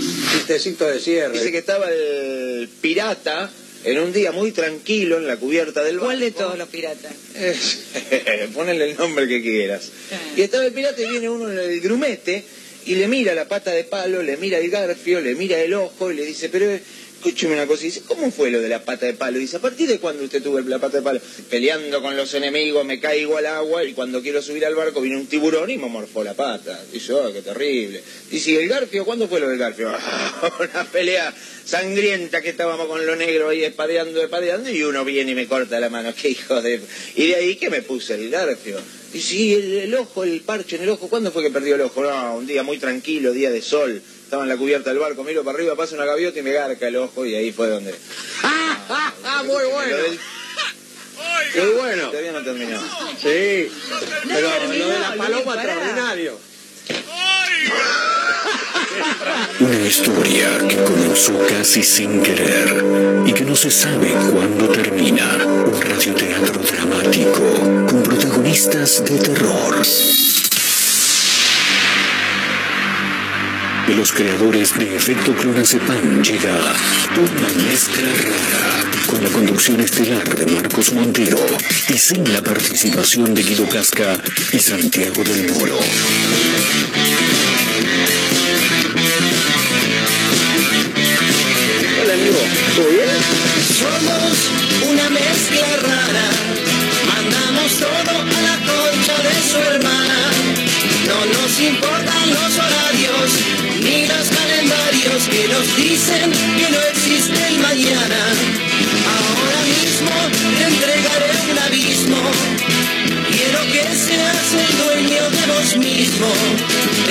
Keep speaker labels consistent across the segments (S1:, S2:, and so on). S1: chistecito de cierre.
S2: eh.
S3: Dice que estaba el pirata en un día muy tranquilo en la cubierta del barco.
S2: ¿Cuál de todos los piratas?
S3: Ponele el nombre que quieras. Y estaba el pirata y viene uno en el grumete y le mira la pata de palo, le mira el garfio, le mira el ojo y le dice, pero eh, escúcheme una cosa, y dice, ¿cómo fue lo de la pata de palo? Y dice, ¿a partir de cuándo usted tuvo la pata de palo? Peleando con los enemigos, me caigo al agua y cuando quiero subir al barco viene un tiburón y me morfó la pata. Y yo, "Ah, qué terrible. Y si el garfio, ¿cuándo fue lo del garfio? una pelea sangrienta que estábamos con lo negro ahí espadeando, espadeando y uno viene y me corta la mano, qué hijo de... Y de ahí que me puse el garfio. Y sí, el, el ojo, el parche en el ojo, ¿cuándo fue que perdió el ojo? No, un día muy tranquilo, día de sol. Estaba en la cubierta del barco, miro para arriba, pasa una gaviota y me garca el ojo y ahí fue donde...
S1: Ah, muy bueno.
S3: Lo del-
S1: Muy bueno.
S3: Todavía no terminó.
S1: Sí. Pero
S2: terminó,
S1: lo de la
S2: Luis,
S1: paloma
S2: pará.
S1: extraordinario.
S4: Una historia que comenzó casi sin querer y que no se sabe cuándo termina. Un radioteatro dramático con protagonistas de terror. De los creadores de Efecto Clonazepam llega una mezcla rara con la conducción estelar de Marcos Montero y sin la participación de Guido Casca y Santiago del Moro.
S1: Hola, amigo. ¿Todo bien?
S5: Somos una mezcla rara, mandamos todo a la concha de su hermana. No nos importan los horarios ni los calendarios que nos dicen que no existe el mañana. Ahora mismo te entregaré un abismo. Quiero que seas el dueño de vos mismo.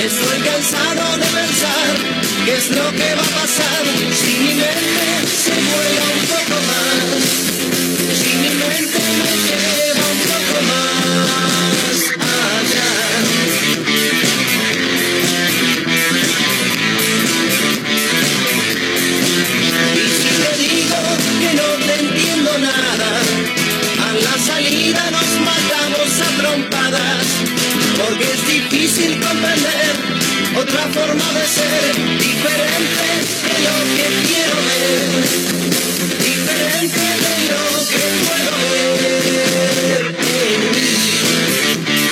S5: Estoy cansado de pensar qué es lo que va a pasar si mi mente se vuela un poco más. Si mi mente me lleva un poco más allá. Y si te digo que no te entiendo nada, a la salida nos matamos a trompadas, porque es difícil comprender otra forma de ser diferente de lo que quiero ver, diferente de lo que puedo ver en mí.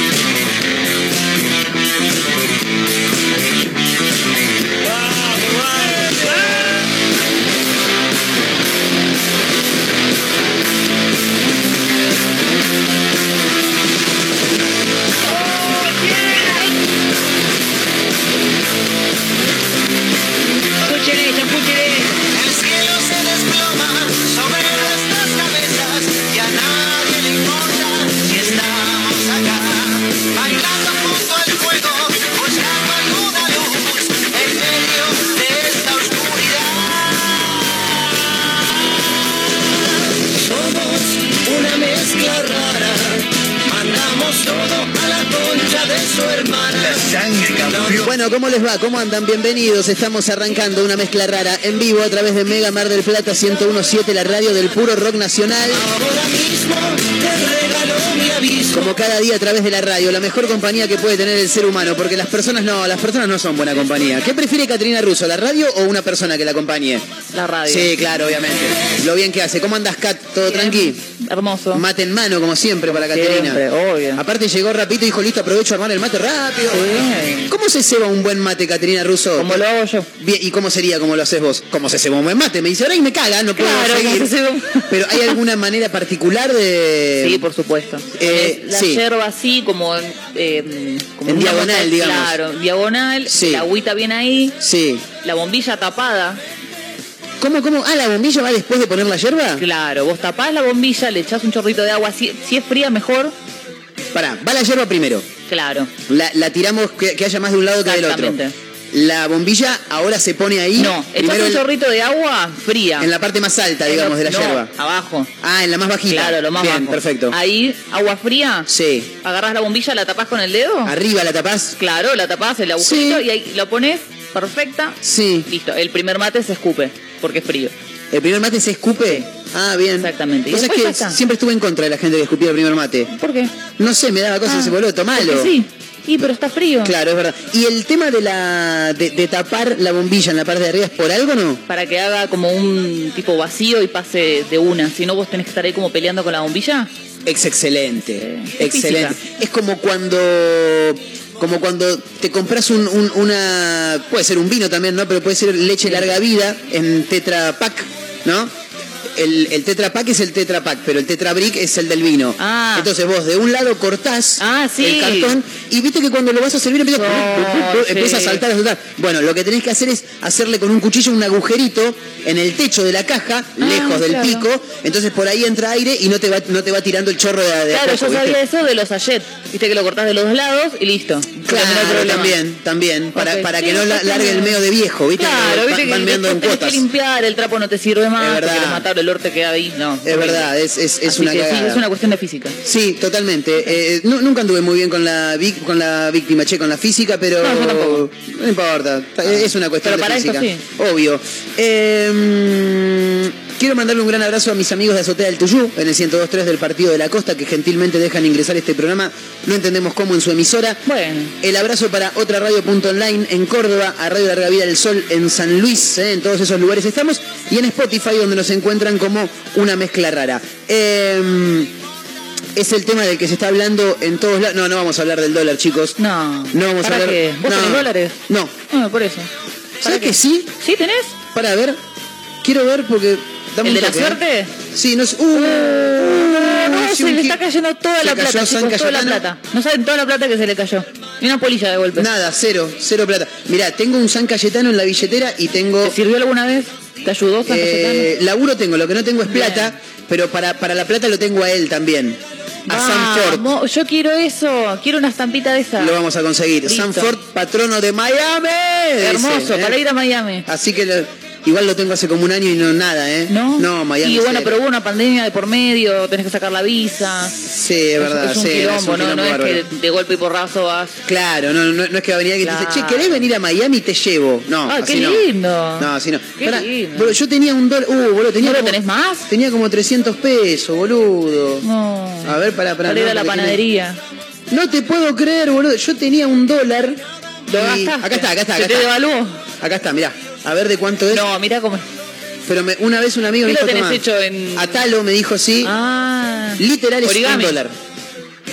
S2: Escuchen esto, escuchen esto.
S5: El cielo se desploma sobre nuestras cabezas y a nadie le importa si estamos acá. Bailando junto al fuego, buscando alguna luz en medio de esta oscuridad. Somos una mezcla rara, mandamos todo a la concha de su hermana.
S6: Bueno, ¿cómo les va? ¿Cómo andan? Bienvenidos. Estamos arrancando una mezcla rara en vivo a través de Mega Mar del Plata 1017, la radio del puro rock nacional.
S5: Ahora mismo te regalo mi aviso.
S6: Como cada día a través de la radio, la mejor compañía que puede tener el ser humano, porque las personas no, las personas no son buena compañía. ¿Qué prefiere Caterina Russo, la radio o una persona que la acompañe?
S2: La radio.
S6: Sí, claro, obviamente. Lo bien que hace. ¿Cómo andas, Cat? ¿Todo tranqui?
S2: Hermoso.
S6: Mate en mano, como siempre, para Caterina.
S2: siempre, obvio.
S6: Aparte llegó rapidito y dijo, listo, aprovecho a armar el mate rápido.
S2: Sí.
S6: ¿Cómo se ceba un buen mate, Caterina Russo?
S2: Como lo hago yo.
S6: Bien, ¿y cómo sería como lo haces vos? ¿Cómo se ceba un buen mate? Me dice, ahora y me caga, no puedo
S2: Claro,
S6: seguir.
S2: como se ceba un-
S6: Pero ¿hay alguna manera particular de...?
S2: Sí, por supuesto.
S6: Eh,
S2: la
S6: sí.
S2: yerba así, como en, eh, como
S6: En
S2: una
S6: diagonal,
S2: mata-
S6: digamos.
S2: Claro, en diagonal,
S6: Sí.
S2: la agüita bien ahí,
S6: Sí.
S2: la bombilla tapada.
S6: ¿Cómo, cómo? Ah, ¿la bombilla va después de poner la yerba?
S2: Claro, vos tapás la bombilla, le echás un chorrito de agua, si, si es fría mejor,
S6: Pará, va la yerba primero.
S2: claro.
S6: La, la tiramos que, que haya más de un lado que del otro.
S2: Exactamente.
S6: La bombilla ahora se pone ahí.
S2: No, echás
S6: primero
S2: un
S6: en-
S2: chorrito de agua fría.
S6: en la parte más alta, digamos, de la
S2: No,
S6: yerba.
S2: abajo.
S6: Ah, en la más bajita.
S2: Claro, lo más
S6: Bien,
S2: bajo.
S6: perfecto.
S2: Ahí, agua fría,
S6: Sí.
S2: agarrás la bombilla, la tapás con el dedo.
S6: Arriba la tapás.
S2: Claro, la tapás, el agujerito y ahí lo pones perfecta.
S6: Sí.
S2: Listo, el primer mate se escupe porque es frío.
S6: El primer mate se escupe. Ah, bien.
S2: Exactamente. Y
S6: Cosa
S2: después ya
S6: que
S2: está.
S6: siempre estuve en contra de la gente que escupía el primer mate.
S2: ¿Por qué?
S6: No sé, me daba cosa
S2: Ah,
S6: ese boludo, tomalo.
S2: porque sí. Y pero está frío.
S6: Claro, es verdad. ¿Y el tema de la de, de tapar la bombilla en la parte de arriba es por algo no?
S2: Para que haga como un tipo vacío y pase de una. Si no, vos tenés que estar ahí como peleando con la bombilla.
S6: Es excelente,
S2: Sí.
S6: excelente.
S2: Física.
S6: Es como cuando como cuando te compras un, un- una puede ser un vino también, ¿no? Pero puede ser leche larga vida en Tetra Pak, ¿no? El, el Tetra Pak es el Tetra Pak, pero el Tetra Brick es el del vino.
S2: Ah.
S6: Entonces vos de un lado cortás
S2: Ah, sí.
S6: el cartón y viste que cuando lo vas a servir empieza,
S2: No,
S6: empieza
S2: sí.
S6: a saltar, a saltar. Bueno, lo que tenés que hacer es hacerle con un cuchillo un agujerito en el techo de la caja,
S2: Ah,
S6: lejos del
S2: claro.
S6: pico, entonces por ahí entra aire y no te va, no te va tirando el chorro de, de a
S2: Claro,
S6: poco,
S2: yo
S6: ¿viste?
S2: sabía eso de los sachet. Viste que lo cortás de los dos lados y listo.
S6: Claro,
S2: No hay problema.
S6: también, también, para,
S2: Ok.
S6: para
S2: Sí,
S6: que no la-
S2: está
S6: largue el
S2: bien.
S6: medio de viejo, ¿viste?
S2: Claro,
S6: Van-
S2: viste que
S6: van meando
S2: después
S6: en
S2: tenés
S6: cuotas.
S2: que limpiar, el trapo no te sirve más, te
S6: verdad.
S2: querés matar, el orte queda ahí. No,
S6: Es verdad, es, es, es una
S2: que sí,
S6: cagada.
S2: es una cuestión de física.
S6: Sí, totalmente. Eh, nu- nunca anduve muy bien con la vic- con la víctima, che, con la física, pero
S2: No, yo tampoco. Ah.
S6: no importa. Ta- Es una cuestión
S2: Pero para
S6: de
S2: esto
S6: física.
S2: sí.
S6: Obvio. Eh, quiero mandarle un gran abrazo a mis amigos de Azotea del Tuyú, en el 102.3 del Partido de la Costa, que gentilmente dejan ingresar este programa. No entendemos cómo en su emisora.
S2: Bueno.
S6: El abrazo para otra radio.online en Córdoba, a Radio Larga Vida del Sol en San Luis, ¿eh? en todos esos lugares estamos, y en Spotify donde nos encuentran como una mezcla rara. Eh, es el tema del que se está hablando en todos lados. No, no vamos a hablar del dólar, chicos.
S2: No.
S6: No vamos
S2: ¿Para
S6: a hablar.
S2: qué? ¿Vos
S6: no.
S2: tenés dólares?
S6: No.
S2: Bueno, por eso.
S6: ¿Sabes
S2: qué?
S6: que sí?
S2: ¿Sí tenés?
S6: Para ver. Quiero ver porque. dame
S2: ¿El de
S6: un
S2: la
S6: toque, ¿eh?
S2: suerte?
S6: Sí, no sé. Uh,
S2: No,
S6: sí,
S2: se
S6: un
S2: le
S6: ki-
S2: está cayendo toda
S6: se
S2: la
S6: cayó
S2: plata,
S6: San
S2: chicos, toda la
S6: Cayetano.
S2: plata. No saben toda la plata que se le cayó. Y una polilla de golpe.
S6: Nada, cero, cero plata. Mirá, tengo un San Cayetano en la billetera y tengo.
S2: ¿Te sirvió alguna vez? ¿Te ayudó San
S6: Eh,
S2: Cayetano?
S6: laburo tengo, lo que no tengo es plata, pero para, para la plata lo tengo a él también. A Sam Ford.
S2: Vamos, Yo quiero eso, quiero una estampita de esa.
S6: Lo vamos a conseguir.
S2: Listo.
S6: Sam Ford, patrono de Miami.
S2: Hermoso,
S6: dice, ¿eh?
S2: para ir a Miami.
S6: Así que lo- igual lo tengo hace como un año y no nada, ¿eh?
S2: ¿No?
S6: No, Miami.
S2: Y bueno,
S6: cero.
S2: pero hubo una pandemia de por medio, tenés que sacar la visa.
S6: Sí, es verdad,
S2: es un
S6: sí.
S2: quilombo,
S6: es un
S2: ¿no?
S6: quilombo
S2: No
S6: bárbaro.
S2: es que de golpe y porrazo vas.
S6: Claro, no, no, no es que va a venir alguien y te dice,
S2: Claro.
S6: che, ¿querés venir a Miami? Te llevo. No,
S2: Ah,
S6: así
S2: qué
S6: no.
S2: lindo.
S6: No, así no.
S2: Qué
S6: Pará,
S2: lindo.
S6: boludo, yo tenía un dólar. Uh, boludo, tenía.
S2: ¿No lo
S6: como-
S2: tenés más?
S6: Tenía como 300 pesos, boludo.
S2: No.
S6: A ver, pará, pará.
S2: ¿Cuál
S6: Ah, no,
S2: era la
S6: porque tiene-
S2: panadería?
S6: No te puedo creer, boludo. Yo tenía un dólar.
S2: ¿Lo
S6: y-
S2: gastaste?
S6: Acá está, acá está. Acá
S2: ¿Se te
S6: está.
S2: devaluó?
S6: Acá está, mirá. A ver de cuánto es.
S2: No, mira cómo.
S6: Pero me- una vez un amigo me
S2: ¿Qué
S6: dijo.
S2: lo tenés
S6: "Tomá".
S2: hecho en-
S6: Atalo me dijo sí.
S2: Ah.
S6: Literal es
S2: Origami.
S6: un dólar.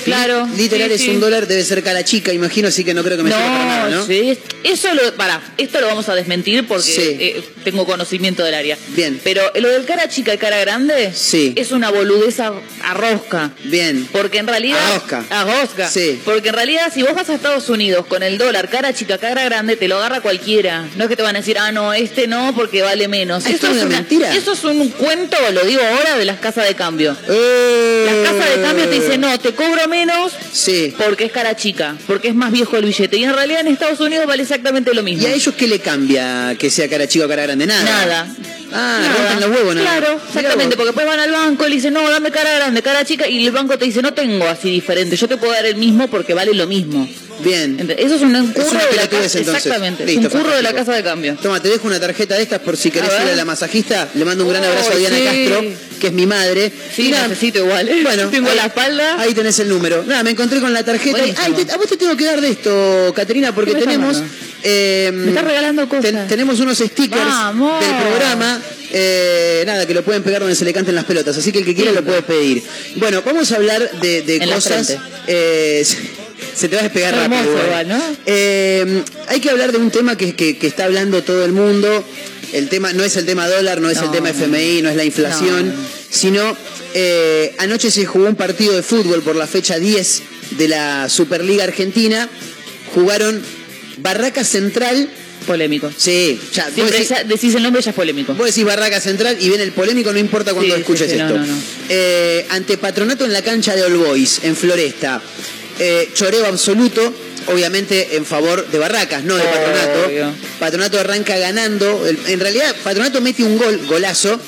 S2: Claro.
S6: Literal
S2: sí,
S6: es
S2: sí.
S6: un dólar, debe ser cara chica, imagino, así que no creo que me
S2: no,
S6: sirva para nada, ¿no?
S2: sí. Eso lo. Pará, esto lo vamos a desmentir porque
S6: Sí.
S2: eh, tengo conocimiento del área.
S6: Bien.
S2: Pero lo del cara chica y cara grande.
S6: Sí.
S2: Es una boludeza a rosca.
S6: Bien.
S2: Porque en realidad.
S6: A rosca.
S2: A rosca.
S6: Sí.
S2: Porque en realidad, si vos vas a Estados Unidos con el dólar cara chica, cara grande, te lo agarra cualquiera. No es que te van a decir, ah, no, este no, porque vale menos.
S6: Ah, esto es una mentira.
S2: Eso es un cuento, lo digo ahora, de las casas de cambio.
S6: Eh.
S2: Las casas de cambio te dicen, no, te cobro menos
S6: Sí.
S2: porque es cara chica, porque es más viejo el billete. Y en realidad en Estados Unidos vale exactamente lo mismo.
S6: ¿Y a ellos qué le cambia que sea cara chica o cara grande? Nada.
S2: Nada.
S6: Ah,
S2: Nada.
S6: rompen los huevos, nada.
S2: Claro,
S6: Mirá
S2: exactamente,
S6: vos.
S2: porque después van al banco y le dicen, no, dame cara grande, cara chica, y el banco te dice, no tengo así diferente, yo te puedo dar el mismo porque vale lo mismo.
S6: Bien.
S2: Ent- Eso es un curro
S6: Es una
S2: de la
S6: pelotudez,
S2: casa.
S6: entonces.
S2: Exactamente, es
S6: Listo,
S2: un curro de la
S6: fantástico.
S2: casa de cambio.
S6: Toma, te dejo una tarjeta de estas por si querés
S2: A ver.
S6: ir a la masajista. Le mando un gran
S2: Oh,
S6: abrazo a Diana
S2: sí.
S6: Castro, que es mi madre.
S2: Sí,
S6: Y nada,
S2: necesito igual.
S6: Bueno,
S2: tengo
S6: ahí-
S2: la espalda.
S6: Ahí tenés el número. Nada, me encontré con la tarjeta. y-
S2: Buenísimo.
S6: ay, te- a vos te tengo que dar de esto, Caterina, porque
S2: ¿Qué me estás
S6: tenemos.
S2: dando?
S6: eh,
S2: Me estás regalando cosas.
S6: ten- tenemos unos stickers
S2: Vamos.
S6: del programa. eh, nada, que lo pueden pegar donde se le canten las pelotas. Así que el que quiera lo puede pedir. Bueno, vamos a hablar de, de
S2: En la
S6: cosas.
S2: frente.
S6: eh, se- se te va a despegar
S2: Hermoso
S6: rápido. igual.
S2: igual, ¿no?
S6: Eh, hay que hablar de un tema que, que- que está hablando todo el mundo. El tema no es el tema dólar, no es el
S2: No.
S6: tema FMI, no es la inflación,
S2: No.
S6: sino eh, anoche se jugó un partido de fútbol por la fecha 10 de la Superliga Argentina. Jugaron Barraca Central.
S2: Polémico.
S6: Sí, ya, vos
S2: Siempre
S6: decís-
S2: ya decís el nombre, ya es polémico.
S6: Vos decís Barraca Central y viene el polémico, no importa cuando
S2: Sí, sí,
S6: escuches
S2: sí, no,
S6: esto.
S2: no, no.
S6: Eh, ante Patronato en la cancha de All Boys, en Floresta. Eh, choreo absoluto, obviamente en favor de Barracas, no de Patronato.
S2: Obvio.
S6: Patronato arranca ganando. El- En realidad, Patronato mete un gol, golazo,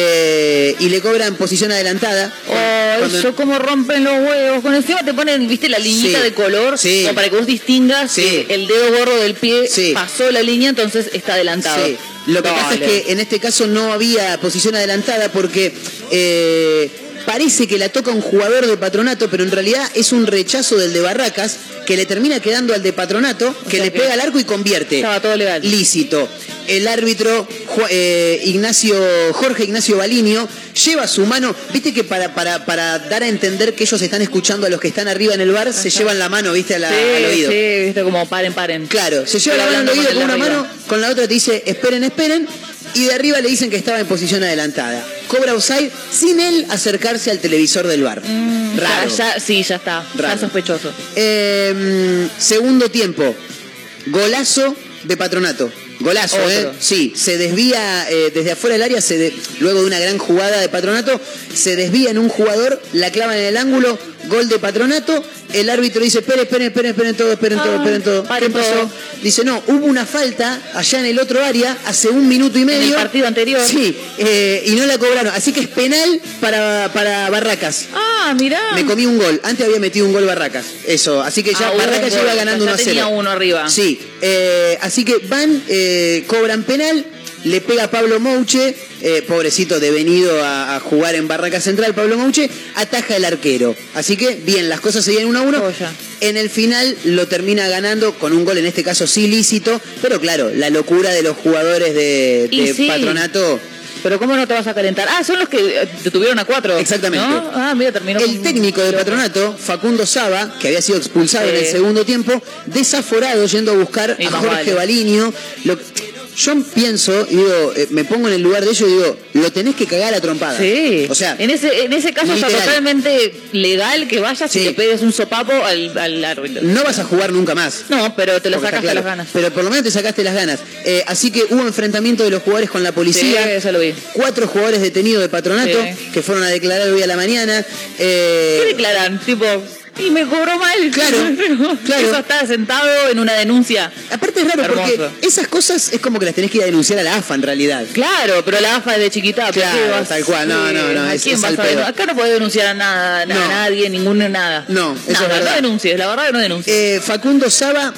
S6: eh, y le cobran posición adelantada.
S2: Oh,
S6: Cuando-
S2: eso como rompen los huevos. Con encima te ponen, viste, la liñita
S6: Sí,
S2: de color
S6: sí.
S2: como para que vos distingas
S6: Sí.
S2: que el dedo gordo del pie
S6: Sí.
S2: pasó la línea, entonces está adelantado.
S6: Sí. Lo que pasa es
S2: Dale.
S6: que en este caso no había posición adelantada porque eh, parece que la toca un jugador de patronato, pero en realidad es un rechazo del de Barracas que le termina quedando al de patronato, que
S2: sea
S6: le
S2: que
S6: pega al arco y convierte.
S2: estaba todo legal.
S6: Lícito. El árbitro Ju- eh, Ignacio Jorge Ignacio Balinio lleva su mano, viste que para, para, para dar a entender que ellos están escuchando a los que están arriba en el bar, se llevan la mano, viste, a la-
S2: sí,
S6: al oído.
S2: sí, viste como paren, paren.
S6: Claro, se lleva la
S2: Estoy
S6: mano al oído con
S2: hablando
S6: una
S2: el de
S6: mano,
S2: arriba.
S6: con la otra te dice esperen, esperen, y de arriba le dicen que estaba en posición adelantada. Cobra offside sin él acercarse al televisor del bar.
S2: Mm,
S6: Raro.
S2: ya- ya- sí, ya está.
S6: Raro.
S2: Ya sospechoso.
S6: Eh, segundo tiempo. Golazo de Patronato. Golazo,
S2: Otro.
S6: ¿eh? Sí, se desvía eh, desde afuera del área, se de- luego de una gran jugada de Patronato, se desvía en un jugador, la clava en el ángulo, gol de Patronato, el árbitro dice, esperen, esperen, esperen, esperen todo, esperen todo,
S2: Ah,
S6: esperen todo. ¿Qué
S2: paren
S6: pasó?
S2: todo.
S6: Dice, no, hubo una falta allá en el otro área hace un minuto y medio.
S2: el partido anterior.
S6: Sí, eh, y no la cobraron, así que es penal para, para Barracas.
S2: Ah, mirá.
S6: Me comí un gol. Antes había metido un gol Barracas. Eso. Así que ya
S2: Ah, hubo
S6: Barracas
S2: un
S6: ya iba
S2: gol.
S6: ganando
S2: Ya
S6: 1 a 0.
S2: tenía uno arriba.
S6: Sí. Eh, así que van, eh, cobran penal. Le pega a Pablo Mouche, eh, pobrecito devenido a, a jugar en Barracas Central, Pablo Mouche, ataja el arquero. Así que bien, las cosas seguían 1 a 1.
S2: Joya.
S6: En el final lo termina ganando con un gol, en este caso sí lícito, pero claro, la locura de los jugadores de,
S2: Y
S6: de
S2: sí.
S6: Patronato.
S2: Pero ¿cómo no te vas a calentar? Ah, son los que eh, detuvieron a cuatro.
S6: Exactamente.
S2: ¿no? Ah, mira, terminó.
S6: El
S2: con-
S6: técnico de patronato, Facundo Saba, que había sido expulsado en el
S2: Sí.
S6: segundo tiempo, desaforado yendo a buscar
S2: Y
S6: a
S2: más
S6: Jorge
S2: vale.
S6: Balinio. Lo- yo pienso, y digo, eh, me pongo en el lugar de ellos y digo, lo tenés que cagar a trompada.
S2: Sí.
S6: O sea,
S2: en ese, en ese caso está
S6: literal.
S2: totalmente legal que vayas
S6: Sí.
S2: y le pegues un sopapo al, al árbitro.
S6: no vas a jugar nunca más.
S2: No, pero este- te lo sacas
S6: Porque está
S2: de
S6: claro.
S2: las ganas.
S6: Pero por lo menos te sacaste las ganas. Eh, así que hubo enfrentamiento de los jugadores con la policía.
S2: Sí, eso lo vi.
S6: Cuatro jugadores detenidos de patronato
S2: Sí.
S6: que fueron a declarar hoy a la mañana.
S2: ¿Qué
S6: Eh,
S2: declaran? Tipo, y me cobró mal.
S6: Claro, claro.
S2: Eso está sentado en una denuncia.
S6: Aparte es raro
S2: Hermoso.
S6: porque esas cosas es como que las tenés que ir a denunciar a la AFA en realidad.
S2: Claro, pero la AFA es de chiquita. ¿por
S6: Claro,
S2: qué vas-
S6: tal cual, no, no, no,
S2: ¿A
S6: es-
S2: quién
S6: es
S2: vas
S6: al
S2: a
S6: pedo.
S2: denunciar? Acá no podés denunciar a nada, a
S6: No.
S2: nadie, ninguno, nada.
S6: No, eso es
S2: Nada,
S6: verdad.
S2: No denuncies, la verdad que no denuncies.
S6: Eh, Facundo Saba,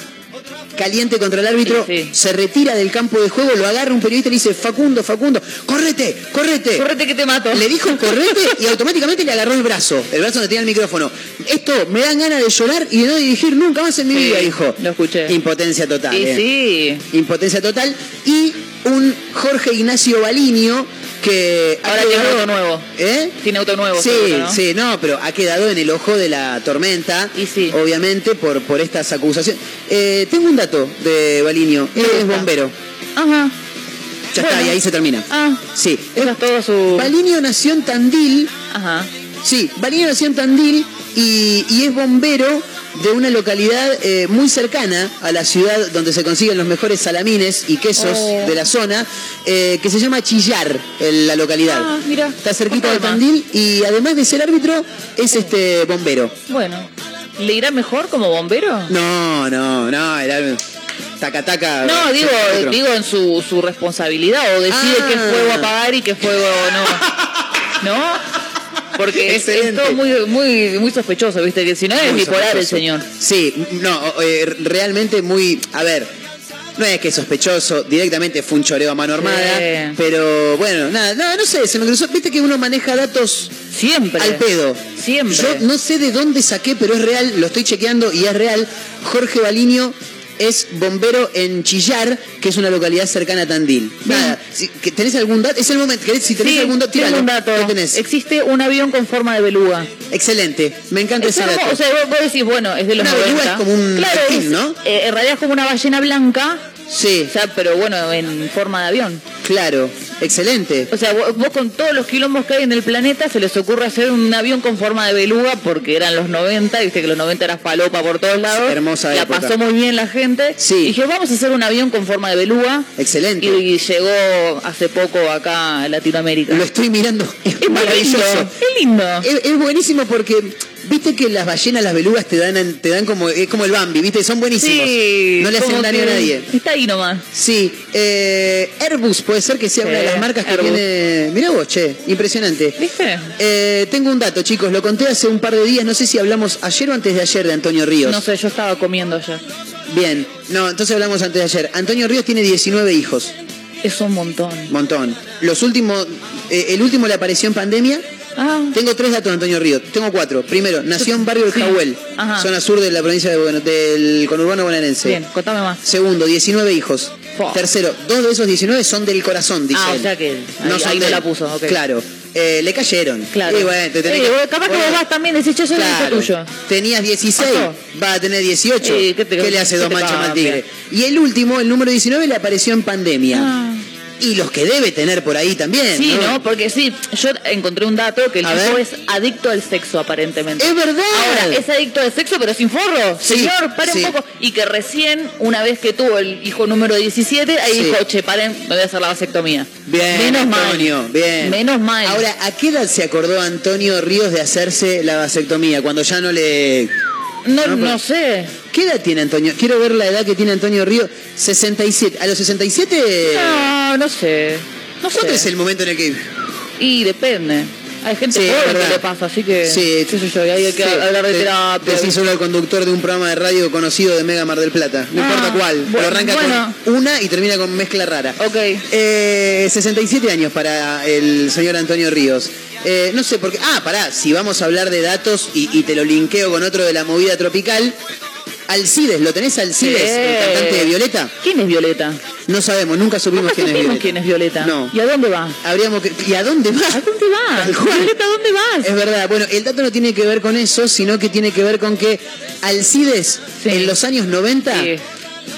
S6: caliente contra el árbitro,
S2: Sí, sí.
S6: se retira del campo de juego, lo agarra un periodista y le dice, Facundo, Facundo, correte, correte.
S2: Correte que te mato.
S6: Le dijo correte y automáticamente le agarró el brazo, el brazo donde tenía el micrófono. Esto me dan ganas de llorar y de no dirigir nunca más en mi
S2: Sí,
S6: vida, dijo.
S2: lo escuché.
S6: Impotencia total.
S2: Y
S6: eh.
S2: sí.
S6: Impotencia total. Y un Jorge Ignacio Balinio que... ha
S2: Ahora tiene
S6: quedado-
S2: auto nuevo.
S6: ¿Eh?
S2: Tiene auto nuevo.
S6: Sí,
S2: seguro, ¿no?
S6: sí, no, pero ha quedado en el ojo de la tormenta,
S2: Y sí.
S6: obviamente, por, por estas acusaciones. Eh, tengo un dato de Balinio, él es
S2: gusta.
S6: bombero.
S2: Ajá.
S6: Ya está,
S2: Bueno.
S6: y ahí se termina.
S2: Ah.
S6: Sí.
S2: Eso es todo su.
S6: Balinio nació en Tandil,
S2: Ajá.
S6: sí, Balinio nació en Tandil y, y es bombero de una localidad eh, muy cercana a la ciudad donde se consiguen los mejores salamines y quesos
S2: Oh.
S6: de la zona, eh, que se llama Chillar, en la localidad.
S2: Ah, mira.
S6: Está cerquita de
S2: Conforma.
S6: Tandil y además de ser árbitro, es este bombero.
S2: Bueno. ¿Le irá mejor como bombero?
S6: No, no, no, el álbum. Taca, taca.
S2: No, digo,
S6: otro.
S2: digo en su, su responsabilidad o decide
S6: Ah.
S2: qué fuego apagar y qué fuego no. ¿No? Porque es, es
S6: Excelente.
S2: todo muy, muy, muy sospechoso, ¿viste? Que si no es
S6: Muy
S2: bipolar el
S6: sospechoso.
S2: señor.
S6: Sí, no, eh, realmente muy. A ver, no es que es sospechoso, directamente fue un choreo a mano armada.
S2: Sí.
S6: Pero bueno, nada, no, no sé, se me cruzó. Viste que uno maneja datos
S2: Siempre.
S6: al pedo.
S2: Siempre.
S6: Yo no sé de dónde saqué, pero es real, lo estoy chequeando y es real. Jorge Balinio es bombero en Chillar, que es una localidad cercana a Tandil. Nada, si, que- ¿tenés algún dato? Es el momento, querés- si tenés
S2: Sí,
S6: algún dato,
S2: tengo
S6: tiralo.
S2: un dato.
S6: ¿Qué tenés?
S2: Existe un avión con forma de beluga.
S6: Excelente, me encanta
S2: Es
S6: ese
S2: hermoso,
S6: dato.
S2: o sea, vos, vos decís, bueno, es de los
S6: Una beluga
S2: 90.
S6: es como un
S2: claro,
S6: delfín,
S2: es,
S6: ¿no?
S2: eh, en realidad es como una ballena blanca,
S6: sí,
S2: o sea, pero bueno, en forma de avión.
S6: claro, excelente.
S2: O sea, vos, vos con todos los quilombos que hay en el planeta se les ocurre hacer un avión con forma de beluga porque eran los 90, viste que los 90 eras palopa por todos lados.
S6: Hermosa
S2: La
S6: época.
S2: pasó muy bien la gente.
S6: Sí.
S2: Y dije, vamos a hacer un avión con forma de beluga.
S6: Excelente.
S2: Y, y llegó hace poco acá a Latinoamérica.
S6: Lo estoy mirando, es,
S2: es muy lindo,
S6: maravilloso.
S2: Es lindo.
S6: Es, es buenísimo porque viste que las ballenas, las belugas te dan te dan como es como el Bambi, viste, son buenísimos.
S2: Sí.
S6: no le hacen
S2: como
S6: daño a
S2: que
S6: nadie.
S2: Está ahí nomás.
S6: Sí, eh, Airbus puede ser que sea
S2: Sí,
S6: una de las marcas que
S2: Airbus.
S6: tiene. Mirá vos, che, impresionante.
S2: ¿Viste?
S6: Eh, tengo un dato, chicos, lo conté hace un par de días, no sé si hablamos ayer o antes de ayer de Antonio Ríos.
S2: No sé, yo estaba comiendo ayer.
S6: Bien, no, entonces hablamos antes de ayer. Antonio Ríos tiene 19 hijos,
S2: Es un montón.
S6: montón. Los últimos, eh, el último le apareció en pandemia
S2: Ah.
S6: Tengo tres datos, Antonio Río. Tengo cuatro. Primero, nació en barrio El
S2: Sí.
S6: Jawel,
S2: Ajá.
S6: zona sur de la provincia de Buenos- del conurbano bonaerense.
S2: Bien, contame más.
S6: Segundo, 19 hijos.
S2: Fua.
S6: Tercero, dos de esos 19 son del corazón, dice
S2: Ah, o
S6: él.
S2: sea que ahí-
S6: son
S2: ahí
S6: de
S2: me la
S6: él.
S2: puso, ok.
S6: Claro. Eh, le cayeron.
S2: Claro.
S6: Y bueno, te tenés
S2: Sí,
S6: que-
S2: vos- capaz que
S6: bueno,
S2: vos vas también y decís, che, yo no hice
S6: claro.
S2: tuyo.
S6: Tenías 16,
S2: Pasó.
S6: va a tener 18.
S2: Sí,
S6: ¿qué,
S2: ¿qué te-
S6: le hace
S2: qué
S6: dos
S2: te
S6: manchas más al
S2: cambia?
S6: tigre? Y el último, el número 19, le apareció en pandemia.
S2: Ah.
S6: Y los que debe tener por ahí también.
S2: Sí, ¿no? Porque sí, yo encontré un dato que el
S6: A
S2: tipo
S6: ver.
S2: es adicto al sexo, aparentemente.
S6: Es verdad.
S2: Ahora, es adicto al sexo, pero sin forro.
S6: Sí,
S2: Señor, pare
S6: sí.
S2: un poco. Y que recién, una vez que tuvo el hijo número 17, ahí
S6: Sí.
S2: dijo, che, paren, me voy a hacer la vasectomía.
S6: Bien,
S2: Menos
S6: Antonio,
S2: mal.
S6: bien.
S2: Menos mal.
S6: Ahora, ¿a qué edad se acordó Antonio Ríos de hacerse la vasectomía? Cuando ya no le...
S2: no,
S6: no,
S2: no,
S6: pero-
S2: sé.
S6: ¿Qué edad tiene Antonio? Quiero ver la edad que tiene Antonio Ríos. 67. ¿A los 67?
S2: No, no sé. No
S6: ¿Cuándo
S2: sé.
S6: es el momento en el que...
S2: Y depende. Hay gente
S6: Sí, es
S2: joven
S6: verdad.
S2: que le pasa, así que.
S6: Sí.
S2: qué sé yo, y ahí hay que
S6: Sí,
S2: hablar de
S6: te-
S2: terapia.
S6: Decís solo al conductor de un programa de radio conocido de Mega Mar del Plata. No
S2: Ah,
S6: importa cuál. pero
S2: bueno,
S6: arranca
S2: bueno.
S6: con una y termina con mezcla rara.
S2: Ok.
S6: Eh, 67 años para el señor Antonio Ríos. Eh, no sé por qué. Ah, pará, si vamos a hablar de datos y, y te lo linkeo con otro de la movida tropical. Alcides, ¿lo tenés Alcides, el
S2: Sí.
S6: cantante de Violeta?
S2: ¿Quién es Violeta?
S6: No sabemos, nunca supimos
S2: Nunca
S6: quién es
S2: supimos
S6: Violeta.
S2: quién es Violeta.
S6: No.
S2: ¿Y a dónde va?
S6: Habríamos que... ¿Y a dónde va?
S2: ¿A dónde vas?
S6: Tal cual.
S2: Violeta, ¿a dónde vas?
S6: Es verdad, bueno, el dato no tiene que ver con eso, sino que tiene que ver con que Alcides
S2: Sí.
S6: en los años 90
S2: Sí.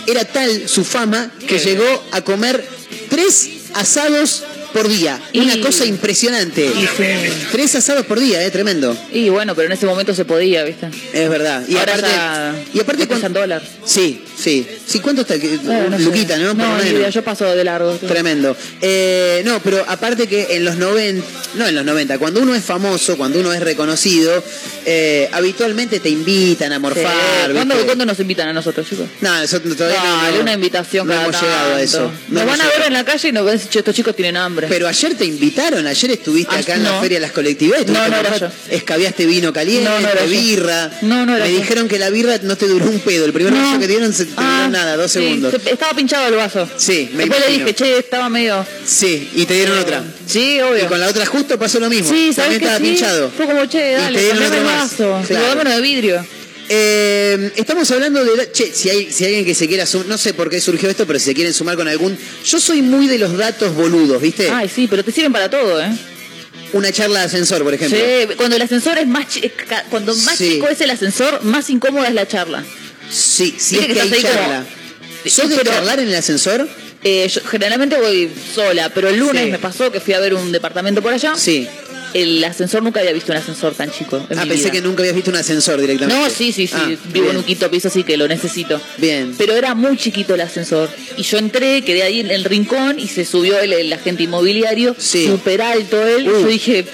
S6: era tal su fama que
S2: ¿Qué?
S6: llegó a comer tres asados por día.
S2: Y-
S6: Una cosa impresionante.
S2: Y sí.
S6: Tres asados por día, eh, tremendo.
S2: Y bueno, pero en ese momento se podía, ¿viste?
S6: Es verdad. Y
S2: Ahora
S6: aparte,
S2: ya-
S6: y aparte
S2: ya
S6: cuan-
S2: pesan dólar.
S6: Sí, sí. Sí, ¿cuánto está? Que-
S2: Eh, sé.
S6: Luquita, ¿no? Por lo
S2: No, ni
S6: menos.
S2: idea, yo paso de largo.
S6: Tremendo. Eh, no, pero aparte que en los 90, no en los 90, cuando uno es famoso, cuando uno es reconocido, eh, habitualmente te invitan a
S2: Sí.
S6: morfar.
S2: ¿Cuándo,
S6: ¿viste?
S2: ¿Cuándo nos invitan a nosotros, chicos?
S6: No, nosotros todavía no-
S2: Dale,
S6: no,
S2: una invitación
S6: no
S2: cada
S6: hemos llegado a
S2: tanto.
S6: eso. No
S2: nos
S6: hemos
S2: van a ver
S6: llegado.
S2: en la calle y nos van a decir, "Che, estos chicos tienen hambre.
S6: Pero ayer te invitaron, ayer estuviste
S2: Ay,
S6: acá en la
S2: Ah, no.
S6: Feria de las Colectividades.
S2: No,
S6: estuviste
S2: no era
S6: morfando, Escabiaste vino caliente,
S2: No, no era yo.
S6: birra.
S2: No, no era
S6: Me
S2: yo.
S6: dijeron que la birra no te duró un pedo. El primer
S2: No.
S6: vaso que te dieron se te
S2: Ah,
S6: duró nada, dos
S2: sí,
S6: segundos.
S2: se- estaba pinchado el vaso.
S6: Sí, me
S2: Después le
S6: imagino.
S2: dije, che, estaba medio...
S6: Sí, y te dieron otra.
S2: Sí,
S6: Y
S2: obvio.
S6: con la otra justo pasó lo mismo.
S2: Sí, ¿sabes
S6: También
S2: que
S6: estaba
S2: sí?
S6: pinchado.
S2: Fue como, che,
S6: Y te
S2: dale,
S6: dieron
S2: cambiame el
S6: otro más.
S2: vaso.
S6: Claro.
S2: Claro. de vidrio.
S6: Eh, estamos hablando de... la- Che, si hay, si hay alguien que se quiera sumar, no sé por qué surgió esto, pero si se quieren sumar con algún... Yo soy muy de los datos boludos, ¿viste?
S2: Ay, sí, pero te sirven para todo, ¿eh?
S6: Una charla de ascensor, por ejemplo.
S2: Sí, cuando el ascensor es más, chi- ca- cuando más
S6: Sí.
S2: chico es el ascensor, más incómoda es la charla.
S6: Sí, sí,
S2: Viste
S6: es
S2: que
S6: que hay
S2: estás ahí como-
S6: charla. ¿Sos de
S2: eh, Pero-
S6: charlar en el ascensor?
S2: Eh, yo generalmente voy sola, pero el lunes
S6: Sí.
S2: me pasó que fui a ver un departamento por allá.
S6: Sí.
S2: El ascensor nunca había visto un ascensor tan chico. en
S6: Ah,
S2: mi
S6: pensé
S2: vida.
S6: que nunca habías visto un ascensor directamente.
S2: No, sí, sí, sí.
S6: Ah,
S2: Vivo
S6: bien.
S2: en un quinto piso, así que lo necesito.
S6: Bien.
S2: Pero era muy chiquito el ascensor. Y yo entré, quedé ahí en el rincón y se subió el, el agente inmobiliario.
S6: Sí.
S2: Súper alto él.
S6: Uh.
S2: Yo dije,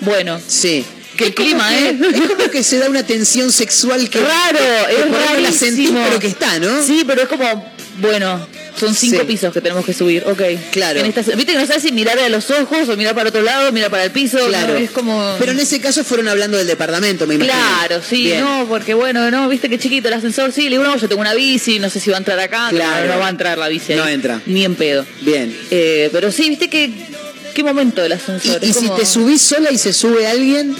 S2: bueno,
S6: Sí.
S2: qué
S6: Es como
S2: clima,
S6: que-
S2: ¿eh?
S6: Es como que se da una tensión sexual que...
S2: Raro,
S6: que
S2: es
S6: por ahí no la sentís,
S2: rarísimo.
S6: pero que está, ¿no?
S2: Sí, pero es como, bueno, son cinco
S6: Sí.
S2: pisos que tenemos que subir, ok.
S6: Claro.
S2: En estas- Viste que no sabes si mirar a los ojos o mirar para otro lado, mirar para el piso,
S6: Claro.
S2: no, es como...
S6: Pero en ese caso fueron hablando del departamento, me imagino.
S2: Claro, sí,
S6: Bien.
S2: no, porque bueno, no, viste que chiquito el ascensor, sí, le digo, no, yo tengo una bici, no sé si va a entrar acá,
S6: Claro.
S2: no, no va a entrar la bici. ahí.
S6: No entra.
S2: Ni en pedo.
S6: Bien.
S2: Eh, pero sí, viste que, qué momento del ascensor.
S6: Y, y
S2: es
S6: si
S2: como-
S6: te subís sola y se sube alguien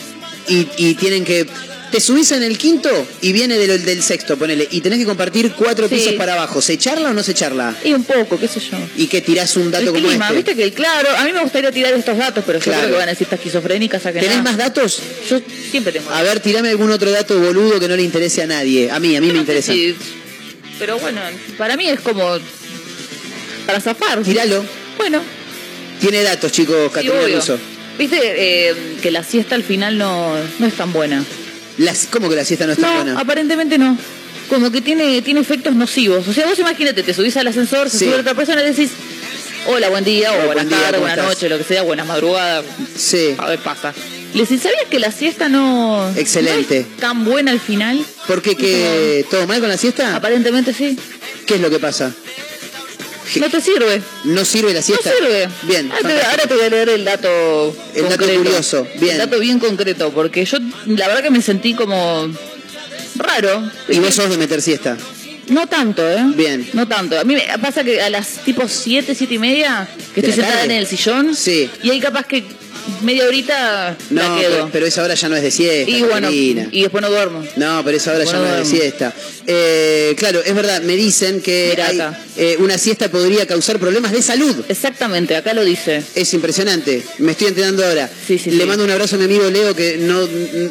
S6: y, y tienen que... Te subís en el quinto y viene del, del sexto, ponele, y tenés que compartir cuatro
S2: Sí.
S6: pisos para abajo. ¿Se charla o no se charla?
S2: Y un poco, qué sé yo.
S6: Y que tirás un dato
S2: El
S6: como
S2: clima,
S6: este.
S2: viste que el claro, a mí me gustaría tirar estos datos, pero
S6: Claro.
S2: yo creo que van a decir estas esquizofrénicas, a que
S6: ¿Tenés
S2: nada.
S6: más datos?
S2: Yo siempre tengo.
S6: A ver, tirame algún otro dato boludo que no le interese a nadie. A mí, a mí me
S2: No sé
S6: interesa.
S2: si- pero bueno, para mí es como para zafar.
S6: Tíralo.
S2: Bueno,
S6: Tiene datos, chicos,
S2: sí,
S6: Caterina
S2: obvio.
S6: Russo.
S2: Viste eh, que la siesta al final no, no es tan buena.
S6: Las, ¿Cómo que la siesta no está
S2: No,
S6: buena?
S2: aparentemente no. Como que tiene, tiene efectos nocivos. O sea, vos imagínate, te subís al ascensor, se
S6: Sí.
S2: sube otra persona y decís, hola, buen día,
S6: Hola,
S2: o buenas
S6: buen día,
S2: tardes,
S6: ¿cómo
S2: buenas
S6: estás?
S2: noches, lo que sea, buenas madrugadas,
S6: Sí.
S2: a ver, pasa. Le decís, ¿sabías que la siesta no,
S6: Excelente.
S2: no es tan buena al final?
S6: ¿Por qué? ¿Qué? ¿Todo mal con la siesta?
S2: Aparentemente sí.
S6: ¿Qué es lo que pasa?
S2: No te sirve.
S6: ¿No sirve la siesta?
S2: No sirve.
S6: Bien.
S2: Ahora te,
S6: fantástico.
S2: ahora te voy a leer el dato.
S6: El dato curioso, bien.
S2: El dato bien concreto, porque yo la verdad que me sentí como raro.
S6: Y vos sos de meter siesta.
S2: No tanto, ¿eh?
S6: Bien.
S2: No tanto. A mí me pasa que a las tipo 7, 7 y media, que
S6: ¿De
S2: estoy
S6: la
S2: sentada
S6: tarde?
S2: en el sillón,
S6: Sí.
S2: y ahí capaz que media horita
S6: No,
S2: la
S6: pero,
S2: quedo.
S6: pero esa hora ya no es de siesta.
S2: y bueno,
S6: Carolina.
S2: y después no duermo.
S6: No, pero esa hora ya
S2: Bueno,
S6: no es
S2: duermo.
S6: de siesta. Eh, claro, es verdad, me dicen que
S2: Mira
S6: hay-
S2: acá.
S6: eh, una siesta podría causar problemas de salud.
S2: Exactamente, acá lo dice.
S6: Es impresionante, me estoy enterando ahora.
S2: Sí, sí,
S6: Le
S2: sí.
S6: mando un abrazo a mi amigo Leo, que no,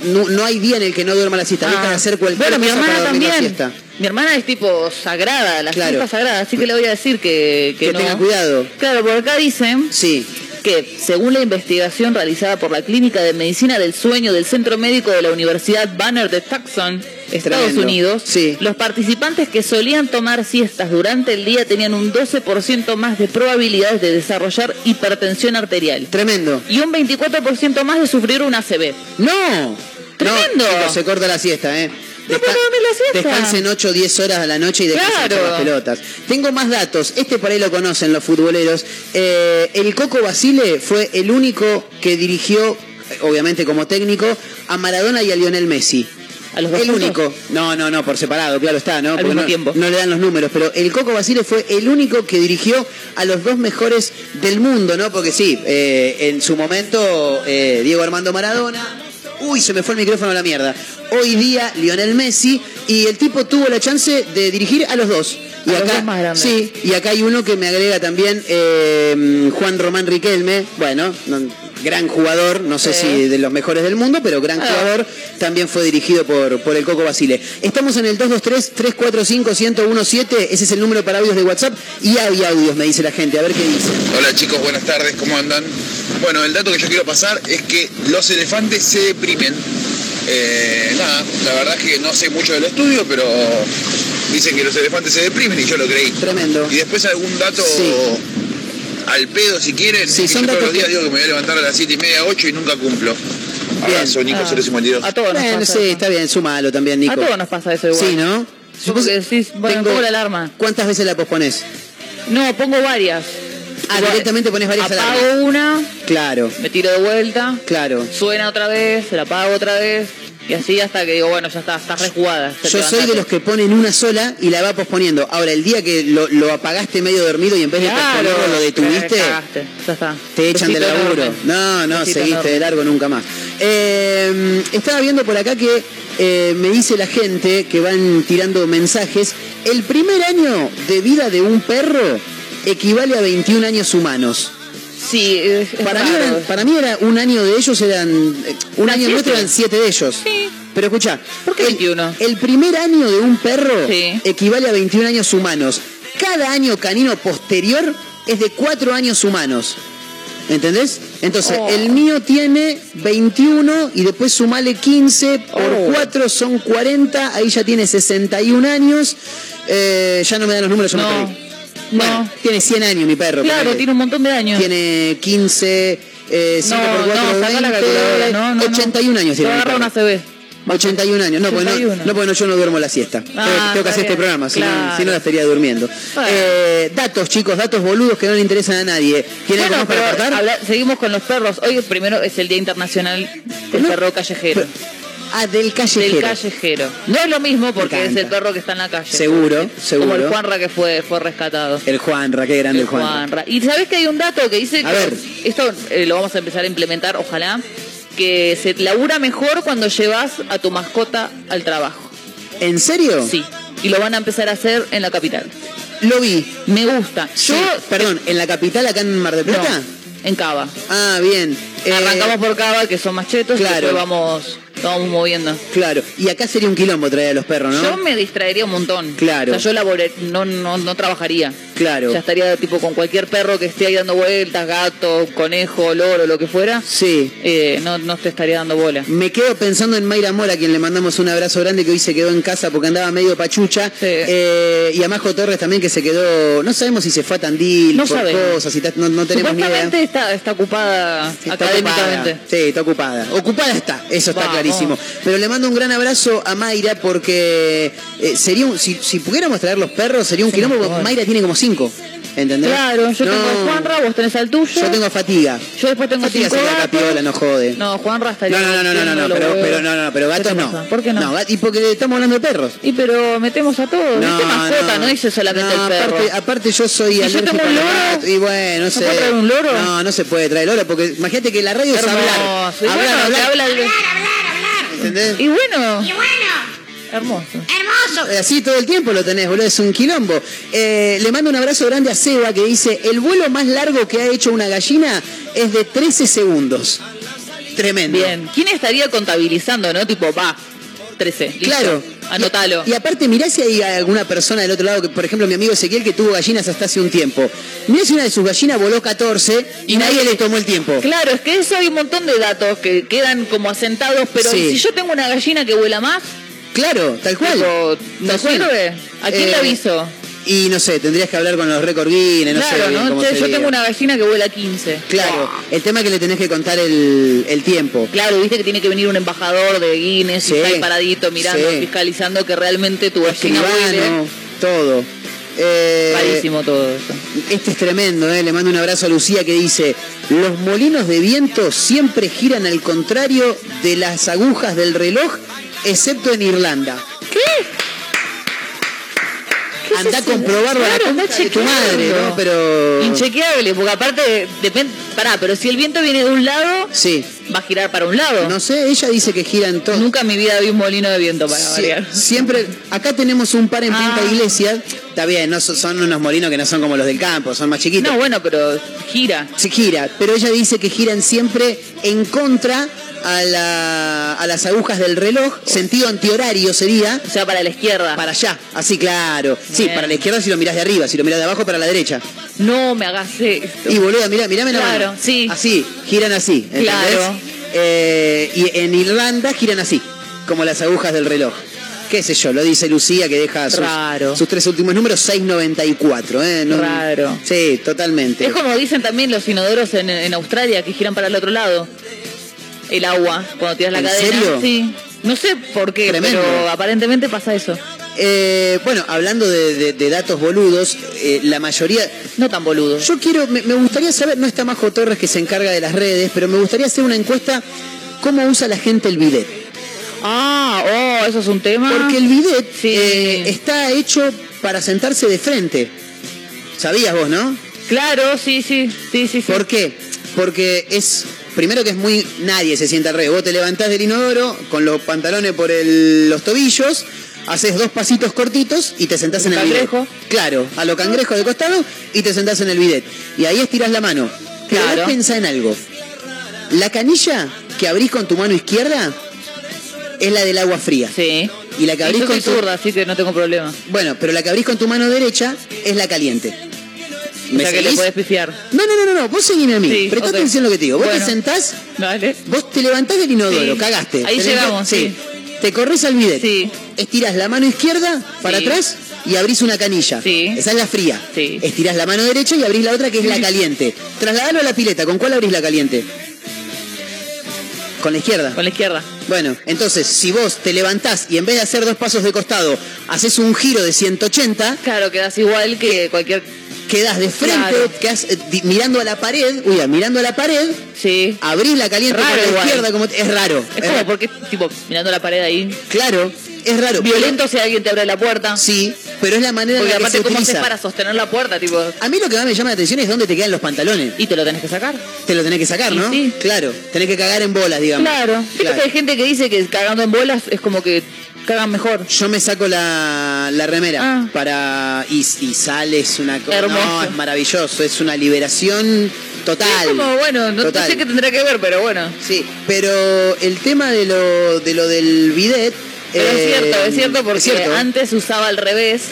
S6: no, no hay día en el que no duerma la siesta. Trata de
S2: Ah.
S6: hacer cualquier
S2: bueno, mi
S6: cosa
S2: hermana
S6: para dormir la
S2: también.
S6: siesta.
S2: Mi hermana es tipo sagrada, la
S6: Claro.
S2: siesta sagrada, así que le voy a decir que, que,
S6: Que
S2: no.
S6: tenga cuidado.
S2: Claro, por acá dicen
S6: Sí,
S2: que según la investigación realizada por la Clínica de Medicina del Sueño del Centro Médico de la Universidad Banner de Tucson, Estados
S6: Tremendo.
S2: Unidos,
S6: Sí.
S2: los participantes que solían tomar siestas durante el día tenían un 12% más de probabilidades de desarrollar hipertensión arterial
S6: tremendo.
S2: y un 24% más de sufrir una ACV.
S6: ¡No!
S2: Tremendo.
S6: No, chicos, se corta la siesta, ¿eh?
S2: No puedo dormir la siesta.
S6: Descansen 8 o 10 horas a la noche y descansen
S2: Claro.
S6: con las pelotas. Tengo más datos. Este por ahí lo conocen los futboleros. Eh, el Coco Basile fue el único que dirigió, eh, obviamente como técnico, a Maradona y a Lionel Messi.
S2: ¿A los dos Ah.
S6: el
S2: juntos?
S6: único. No, no, no, por separado, claro está, ¿no?
S2: Al
S6: Porque
S2: mismo
S6: no,
S2: tiempo.
S6: no le dan los números, pero el Coco Basile fue el único que dirigió a los dos mejores del mundo, ¿no? Porque sí, eh, en su momento eh, Diego Armando Maradona. Uy, se me fue el micrófono a la mierda. Hoy día Lionel Messi y el tipo tuvo la chance de dirigir a los dos. Y
S2: A los dos más grandes.
S6: sí, y acá hay uno que me agrega también eh, Juan Román Riquelme, bueno, no- gran jugador, no sé
S2: Eh.
S6: si de los mejores del mundo, pero gran
S2: Ah.
S6: jugador, también fue dirigido por, por el Coco Basile. Estamos en el 223-345-1017, ese es el número para audios de WhatsApp, y hay audios, me dice la gente, a ver qué dice.
S7: Hola chicos, buenas tardes, ¿cómo andan? Bueno, el dato que yo quiero pasar es que los elefantes se deprimen. Eh, nada, la verdad es que no sé mucho del estudio, pero dicen que los elefantes se deprimen y yo lo creí.
S6: Tremendo.
S7: Y después algún dato
S6: Sí.
S7: al pedo si quieren.
S6: Sí,
S7: que
S6: son
S7: yo todos
S6: datos
S7: los días
S6: que-
S7: digo que me voy a levantar a las 7 y media, 8 y nunca cumplo. Abrazo, Nico,
S2: Ah.
S7: 052.
S2: A todos nos
S6: Bueno,
S2: pasa
S6: sí,
S2: eso.
S6: está bien, sumalo también, Nico.
S2: A todos nos pasa eso igual.
S6: Sí, ¿no?
S2: Yo porque decís, bueno,
S6: Tengo-
S2: pongo la alarma.
S6: ¿Cuántas veces la pospones?
S2: No, pongo varias.
S6: Ah,
S2: Igual-
S6: directamente pones varias
S2: Apago
S6: alarmas.
S2: una,
S6: Claro,
S2: me tiro de vuelta,
S6: claro.
S2: suena otra vez, se la apago otra vez, y así hasta que digo, bueno, ya está, está rejugada. ya te
S6: Yo soy
S2: levantaste.
S6: de los que ponen una sola y la va posponiendo. Ahora, el día que lo, lo apagaste medio dormido y en vez de posponerlo este lo detuviste,
S2: la cagaste, ya está.
S6: te echan del
S2: Besito
S6: laburo.
S2: enorme.
S6: No, no,
S2: Besito
S6: seguiste de
S2: enorme.
S6: largo nunca más. Eh, estaba viendo por acá que eh, me dice la gente que van tirando mensajes. El primer año de vida de un perro equivale a 21 años humanos.
S2: Sí, es, es
S6: Para mí,
S2: raro.
S6: eran- para mí era un año de ellos, eran. eh, Un
S2: Eran
S6: año nuestro
S2: siete.
S6: eran siete de ellos.
S2: Sí.
S6: Pero escucha,
S2: ¿Por qué 21?
S6: El, primer año de un perro
S2: Sí.
S6: equivale a 21 años humanos. Cada año canino posterior es de 4 años humanos. ¿Entendés? Entonces,
S2: Oh.
S6: el mío tiene 21 y después sumale 15 por
S2: Oh.
S6: 4 son 40, ahí ya tiene 61 años. Eh, ya no me dan los números, yo me
S2: No,
S6: perdí.
S2: no.
S6: Bueno, tiene 100 años mi perro.
S2: Claro,
S6: ponele.
S2: tiene un montón de años.
S6: Tiene 15, eh, 5
S2: No,
S6: por 4,
S2: no, saca la calculadora, no, no, no.
S6: 81 años
S2: Yo
S6: tiene. mi
S2: agarro
S6: perro.
S2: una CB.
S6: 81 años. No, pues no,
S2: 81.
S6: no, porque no, yo no duermo la siesta. Tengo que-
S2: Ah,
S6: tengo
S2: está
S6: que hacer este
S2: bien.
S6: programa, si no-
S2: Claro.
S6: si no la estaría durmiendo.
S2: Bueno.
S6: Eh, datos, chicos, datos boludos que no le interesan a nadie. ¿Tienen
S2: Bueno,
S6: algo más
S2: pero
S6: para aportar?
S2: habla- seguimos con los perros. Hoy primero es el Día Internacional del
S6: No.
S2: Perro Callejero.
S6: Ah, del callejero.
S2: Del callejero. No es lo mismo porque es
S6: encanta.
S2: el perro que está en la calle.
S6: Seguro,
S2: Como el
S6: seguro.
S2: Juanra que fue, fue rescatado.
S6: El Juanra, qué grande
S2: El
S6: el,
S2: Juanra. Y sabes que hay un dato que dice
S6: A
S2: que
S6: ver.
S2: esto eh, lo vamos a empezar a implementar, ojalá, que se labura mejor cuando llevas a tu mascota al trabajo.
S6: ¿En serio?
S2: Sí. Y lo van a empezar a hacer en la capital.
S6: Lo vi.
S2: Me gusta.
S6: Yo,
S2: Yo
S6: perdón, ¿en la capital, acá en Mar del
S2: no,
S6: Plata?
S2: en Cava.
S6: Ah, bien. Eh,
S2: Arrancamos por Cava, que son más chetos,
S6: claro.
S2: y después vamos, vamos moviendo.
S6: Claro, y acá sería un quilombo traer a los perros, ¿no?
S2: Yo me distraería un montón.
S6: Claro.
S2: O sea, yo laboré, no, no, no trabajaría.
S6: Claro.
S2: O sea, estaría tipo con cualquier perro que esté ahí dando vueltas, gato, conejo, loro, lo que fuera.
S6: Sí.
S2: Eh, no, no te estaría dando bola.
S6: Me quedo pensando en Mayra Mora, a quien le mandamos un abrazo grande, que hoy se quedó en casa porque andaba medio pachucha.
S2: Sí.
S6: Eh, y a Majo Torres también, que se quedó. No sabemos si se fue a Tandil,
S2: No
S6: por
S2: sabemos.
S6: cosas, si ta- no, no tenemos ni idea.
S2: Supuestamente está, está ocupada
S6: Sí, está
S2: académicamente.
S6: ocupada. Sí, está ocupada. Ocupada está, eso está
S2: Vamos.
S6: clarísimo. Pero le mando un gran abrazo a Mayra porque eh, sería un- si, si pudiéramos traer los perros sería un quilombo. porque Mayra tiene como cinco. ¿Entendés?
S2: Claro, yo
S6: No.
S2: tengo el Juanra, vos tenés al tuyo.
S6: Yo tengo fatiga.
S2: Yo después tengo
S6: Fatiga
S2: cinco
S6: sería la
S2: gatos.
S6: capiola, no jode.
S2: No, Juanra estaría...
S6: No, no, no, no, no, no,
S2: rompiendo
S6: pero,
S2: los
S6: pero,
S2: huevos.
S6: no, no, no, pero
S2: ¿Qué
S6: gatos
S2: te
S6: no.
S2: pasa? ¿Por qué no?
S6: gat- y porque estamos hablando de perros.
S2: Y pero metemos a todos. No, ¿Viste mascota? No, dice solamente
S6: No,
S2: el perro.
S6: Aparte, aparte yo soy
S2: yo
S6: alérgico
S2: tengo un
S6: a los
S2: loro?
S6: gatos, y bueno, no sé.
S2: puedo traer un loro?
S6: No, no se puede traer loro porque imagínate que la radio es
S2: Hermoso.
S6: hablar.
S2: Y
S6: hablar,
S2: bueno,
S6: hablar,
S2: te habla el-
S6: ¿entendés? Eh,
S2: Y bueno,
S8: Y bueno,
S2: hermoso.
S8: hermoso.
S6: Así todo el tiempo lo tenés, boludo, es un quilombo. Eh, le mando un abrazo grande a Seba que dice, el vuelo más largo que ha hecho una gallina es de 13 segundos. Tremendo.
S2: Bien. ¿Quién estaría contabilizando, no? Tipo, va, 13. listo,
S6: Claro.
S2: Anotalo.
S6: Y, y aparte, mirá si hay alguna persona del otro lado, que, por ejemplo, mi amigo Ezequiel, que tuvo gallinas hasta hace un tiempo. Mirá si una de sus gallinas voló 14 y nadie le tomó el tiempo.
S2: Claro, es que eso hay un montón de datos que quedan como asentados, pero
S6: Sí.
S2: si yo tengo una gallina que vuela más,
S6: Claro, tal cual.
S2: tipo, ¿no
S6: Tal cual.
S2: sirve? ¿A quién
S6: Eh,
S2: le aviso?
S6: Y no sé, tendrías que hablar con los récord Guinness, no
S2: claro,
S6: sé bien
S2: ¿no?
S6: cómo
S2: Che, yo
S6: sería.
S2: tengo una gallina que vuela 15.
S6: Claro, el tema es que le tenés que contar el, el tiempo.
S2: Claro, viste que tiene que venir un embajador de Guinness
S6: Sí.
S2: y está ahí paradito mirando,
S6: Sí.
S2: fiscalizando que realmente tu gallina
S6: Escribano,
S2: vuele.
S6: todo. Eh,
S2: Rarísimo todo eso.
S6: Este es tremendo, ¿eh? le mando un abrazo a Lucía que dice, los molinos de viento siempre giran al contrario de las agujas del reloj, excepto en Irlanda.
S2: ¿Qué es
S6: Andá a
S2: eso?
S6: comprobarlo
S2: Claro,
S6: a la
S2: andá
S6: concha de tu
S2: chequeando.
S6: madre, ¿no? Pero...
S2: Inchequeable, porque aparte depende. Pará, pero si el viento viene de un lado,
S6: Sí,
S2: va a girar para un lado.
S6: no sé, ella dice que giran todos.
S2: Nunca en mi vida vi un molino de viento para
S6: Sie-
S2: variar.
S6: siempre, acá tenemos un par en Punta
S2: Ah.
S6: Iglesia, está bien, no so- son unos molinos que no son como los del campo, son más chiquitos.
S2: No, bueno, pero gira.
S6: se gira, pero ella dice que giran siempre en contra a, la- a las agujas del reloj, sentido antihorario sería,
S2: O sea, para la izquierda.
S6: para allá, así claro. Sí,
S2: Bien.
S6: para la izquierda si lo mirás de arriba, si lo mirás de abajo para la derecha.
S2: No me hagas e-. esto.
S6: Y boluda, mirá, mirame la
S2: Claro,
S6: mano.
S2: sí.
S6: Así, giran así, ¿entendés?
S2: Claro.
S6: Eh, y en Irlanda giran así, como las agujas del reloj. Qué sé yo, lo dice Lucía que deja sus,
S2: Raro.
S6: sus tres últimos números, 694. ¿eh? No-
S2: Raro.
S6: Sí, totalmente.
S2: Es como dicen también los inodoros en, en Australia que giran para el otro lado. El agua, cuando tiras la
S6: ¿En
S2: cadena.
S6: serio?
S2: Sí. No sé por qué,
S6: Tremendo.
S2: pero aparentemente pasa eso.
S6: Eh, bueno, hablando de, de- de datos boludos, eh, la mayoría.
S2: No tan boludo.
S6: Yo quiero, me, me gustaría saber, no está Majo Torres que se encarga de las redes, pero me gustaría hacer una encuesta. ¿Cómo usa la gente el bidet?
S2: Ah, oh, eso es un tema.
S6: Porque el bidet
S2: Sí.
S6: eh, está hecho para sentarse de frente. ¿Sabías vos, no?
S2: Claro, sí, sí, sí, sí. sí.
S6: ¿Por qué? Porque es, primero que es muy, nadie se sienta al revés. Vos te levantás del inodoro con los pantalones por el- los tobillos, haces dos pasitos cortitos y te sentás
S2: Un
S6: en el bidet.
S2: cangrejo.
S6: Claro, a lo cangrejo de costado y te sentás en el bidet. Y ahí estirás la mano. Pero
S2: Claro.
S6: vos pensá en algo. La canilla que abrís con tu mano izquierda es la del agua fría.
S2: Sí.
S6: Y la que abrís
S2: Yo soy
S6: con tu-
S2: zurda, así que no tengo problema.
S6: Bueno, pero la que abrís con tu mano derecha es la caliente.
S2: O
S6: ¿Me
S2: sea que le
S6: seguís?
S2: podés pifiar.
S6: No, no, no, no, no, vos seguime a mí.
S2: Sí,
S6: Prestá
S2: ok.
S6: atención a lo que te digo. Vos
S2: Bueno.
S6: te sentás,
S2: Dale.
S6: vos te levantás del inodoro,
S2: Sí.
S6: cagaste.
S2: Ahí
S6: Te
S2: llegamos, sí.
S6: Te corres al bidet.
S2: Sí.
S6: Estirás la mano izquierda para
S2: Sí.
S6: atrás y abrís una canilla.
S2: Sí.
S6: Esa es la fría.
S2: Sí.
S6: Estirás la mano derecha y abrís la otra que es la caliente. Trasladalo a la pileta. ¿Con cuál abrís la caliente? Con la izquierda.
S2: Con la izquierda.
S6: Bueno, entonces, si vos te levantás y en vez de hacer dos pasos de costado, haces un giro de 180,
S2: Claro, quedas igual que cualquier.
S6: quedás de frente,
S2: Claro.
S6: quedás eh, di- mirando a la pared, uy, mirando a la pared,
S2: Sí.
S6: abrís la caliente
S2: Raro
S6: por la
S2: igual.
S6: izquierda, como, es raro.
S2: Es
S6: es
S2: como
S6: raro.
S2: porque, tipo, mirando la pared ahí.
S6: Claro, es raro.
S2: Violento si alguien te abre la puerta.
S6: Sí, pero es la manera
S2: Porque
S6: en la que se
S2: aparte, ¿cómo haces
S6: utiliza.
S2: para sostener la puerta? Tipo,
S6: A mí lo que más me llama la atención es dónde te quedan los pantalones.
S2: y te lo tenés que sacar.
S6: Te lo tenés que sacar,
S2: Y
S6: ¿no?
S2: sí.
S6: Claro, tenés que cagar en bolas, digamos.
S2: Viste que hay gente que dice que cagando en bolas es como que cagan mejor.
S6: Yo me saco la, la remera
S2: Ah.
S6: para y, y sales una cosa.
S2: Hermoso.
S6: No, es maravilloso, es una liberación total.
S2: Es como, bueno, no, no
S6: Total.
S2: sé qué tendrá que ver, pero bueno.
S6: Sí, pero el tema de lo, de lo del bidet.
S2: Pero es
S6: eh,
S2: cierto, es cierto porque
S6: es cierto.
S2: antes se usaba al revés.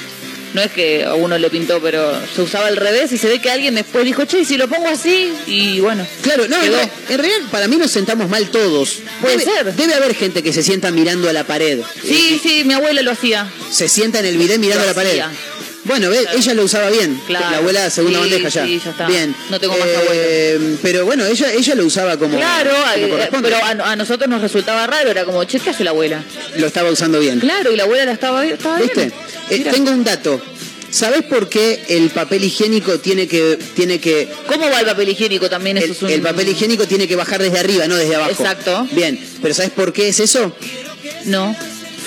S2: No es que a uno lo pintó, pero se usaba al revés y se ve que alguien después dijo, che, ¿y si lo pongo así, y bueno.
S6: Claro, no,
S2: quedó.
S6: no, en realidad para mí nos sentamos mal todos.
S2: Puede
S6: debe,
S2: ser.
S6: Debe haber gente que se sienta mirando a la pared. Eh,
S2: Sí, sí, mi abuela lo hacía.
S6: Se sienta en el bidet mirando a la pared.
S2: Vacía.
S6: Bueno, ve,
S2: Claro.
S6: ella lo usaba bien.
S2: Claro.
S6: La abuela segunda
S2: Sí,
S6: bandeja ya.
S2: sí, ya está.
S6: Bien.
S2: No tengo más
S6: abuela. Pero bueno, ella, ella lo usaba como.
S2: Claro,
S6: como
S2: eh,
S6: corresponde.
S2: pero a, a nosotros nos resultaba raro, era como, che, ¿qué hace la abuela?
S6: Lo estaba usando bien.
S2: Claro, y la abuela la estaba, estaba
S6: ¿Viste?
S2: bien.
S6: Eh,
S2: Mira.
S6: tengo un dato. ¿Sabés por qué el papel higiénico tiene que, tiene que
S2: ¿Cómo va el papel higiénico también? Eso
S6: el,
S2: es un-
S6: el papel higiénico tiene que bajar desde arriba, no desde abajo.
S2: Exacto.
S6: Bien, pero ¿sabes por qué es eso?
S2: No.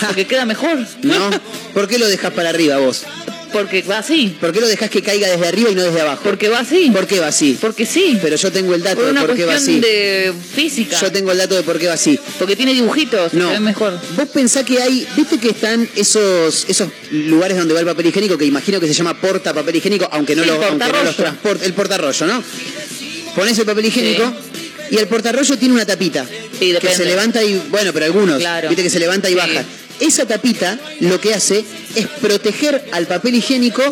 S2: Porque queda mejor.
S6: ¿No? ¿Por qué lo dejas para arriba vos?
S2: Porque va así.
S6: ¿Por qué lo dejas que caiga desde arriba y no desde abajo?
S2: Porque va así.
S6: ¿Por qué va así?
S2: Porque sí.
S6: Pero yo tengo el dato
S2: Por
S6: de
S2: una
S6: por qué
S2: cuestión
S6: va así.
S2: de física.
S6: Yo tengo el dato de por qué va así.
S2: Porque tiene dibujitos.
S6: No.
S2: se ve mejor.
S6: Vos pensás que hay, viste que están esos esos lugares donde va el papel higiénico, que imagino que se llama porta papel higiénico, aunque no,
S2: Sí,
S6: lo,
S2: el
S6: aunque no
S2: portarrollo.
S6: los transporta, el portarrollo, ¿no? Ponés el papel higiénico y el portarrollo tiene una tapita que
S2: depende.
S6: se levanta y, bueno, pero algunos,
S2: Claro.
S6: viste que se levanta y
S2: Sí.
S6: baja. Esa tapita lo que hace es proteger al papel higiénico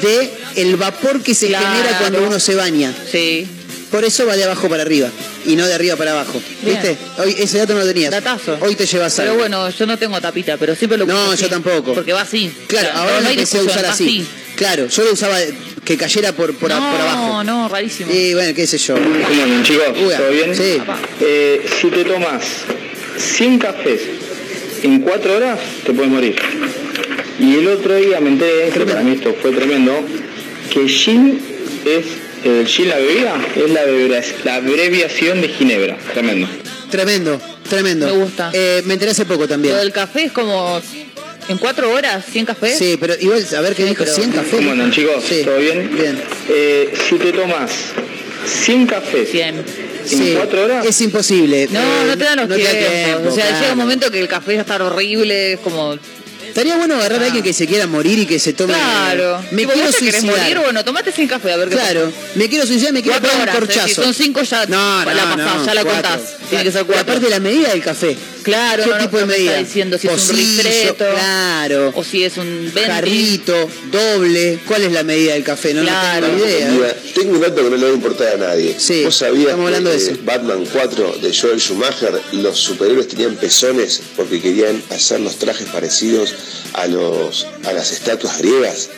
S6: de el vapor que se
S2: Claro.
S6: genera cuando uno se baña.
S2: Sí.
S6: Por eso va de abajo para arriba y no de arriba para abajo.
S2: Bien.
S6: ¿Viste? Hoy, ese dato no lo tenías.
S2: Datazo.
S6: Hoy te llevas algo.
S2: Pero bueno, yo no tengo tapita, pero siempre lo
S6: No,
S2: puse así.
S6: yo tampoco.
S2: Porque va así.
S6: Claro,
S2: O sea,
S6: ahora
S2: no
S6: lo
S2: hay
S6: empecé a
S2: discusión,
S6: usar
S2: va
S6: así. Claro, yo lo usaba eh, que cayera por, por, a-
S2: no,
S6: por abajo.
S2: no, rarísimo.
S6: Y bueno, qué sé yo.
S8: ¿Cómo andan, chicos?
S6: Uy,
S8: ¿Todo bien?
S6: sí.
S8: Eh, si te tomas 100 cafés en 4 horas, te puedes morir. Y el otro día me enteré, creo que para mí esto fue tremendo, que gin es, el gin la bebida, es la, bebera- la abreviación de ginebra. Tremendo.
S6: Tremendo, tremendo.
S2: Me gusta.
S6: Eh, me enteré hace poco también.
S2: Lo del café es como... ¿En cuatro horas? ¿100 cafés?
S6: Sí, pero igual, a ver qué
S2: Sí,
S6: dijo.
S2: pero-
S6: 100 cafés.
S8: ¿Cómo andan, chicos?
S6: Sí.
S8: ¿Todo bien?
S6: Bien.
S8: Eh, si te tomas 100 cafés
S2: 100.
S8: en
S6: Sí.
S8: 4 horas,
S6: Es imposible.
S2: No,
S6: Eh,
S2: no te dan los
S6: no te da
S2: tiempos.
S6: tiempo,
S2: o sea,
S6: claro.
S2: llega un momento que el café va a estar horrible, es como...
S6: Estaría bueno agarrar a
S2: Ah.
S6: alguien que se quiera morir y que se tome.
S2: Claro.
S6: Me
S2: Tipo,
S6: quiero
S2: ¿vos te querés
S6: suicidar.
S2: morir? Bueno, tomate 100 cafés, a ver qué pasa.
S6: Claro, me quiero suicidar, me quiero
S2: Cuatro
S6: pegar un
S2: horas, es decir,
S6: corchazo.
S2: son cinco ya,
S6: No, no,
S2: la pasás,
S6: no,
S2: ya la
S6: cuatro.
S2: contás. Tiene que ser cuatro.
S6: Y Aparte la medida del café.
S2: Claro,
S6: ¿Qué
S2: no, no,
S6: tipo de
S2: no me
S6: medida?
S2: está diciendo si es un
S6: Pocillo,
S2: ristretto.
S6: Claro.
S2: O si es un 20.
S6: Jarrito, doble. ¿Cuál es la medida del café? No,
S2: Claro.
S6: no tengo idea.
S9: Mira, tengo un dato que no le va a importar a nadie.
S6: Sí,
S9: ¿Vos sabías
S6: estamos hablando
S9: que
S6: de eso.
S9: eh, Batman 4 de Joel Schumacher, los superhéroes tenían pezones porque querían hacer los trajes parecidos a, los, a las estatuas griegas?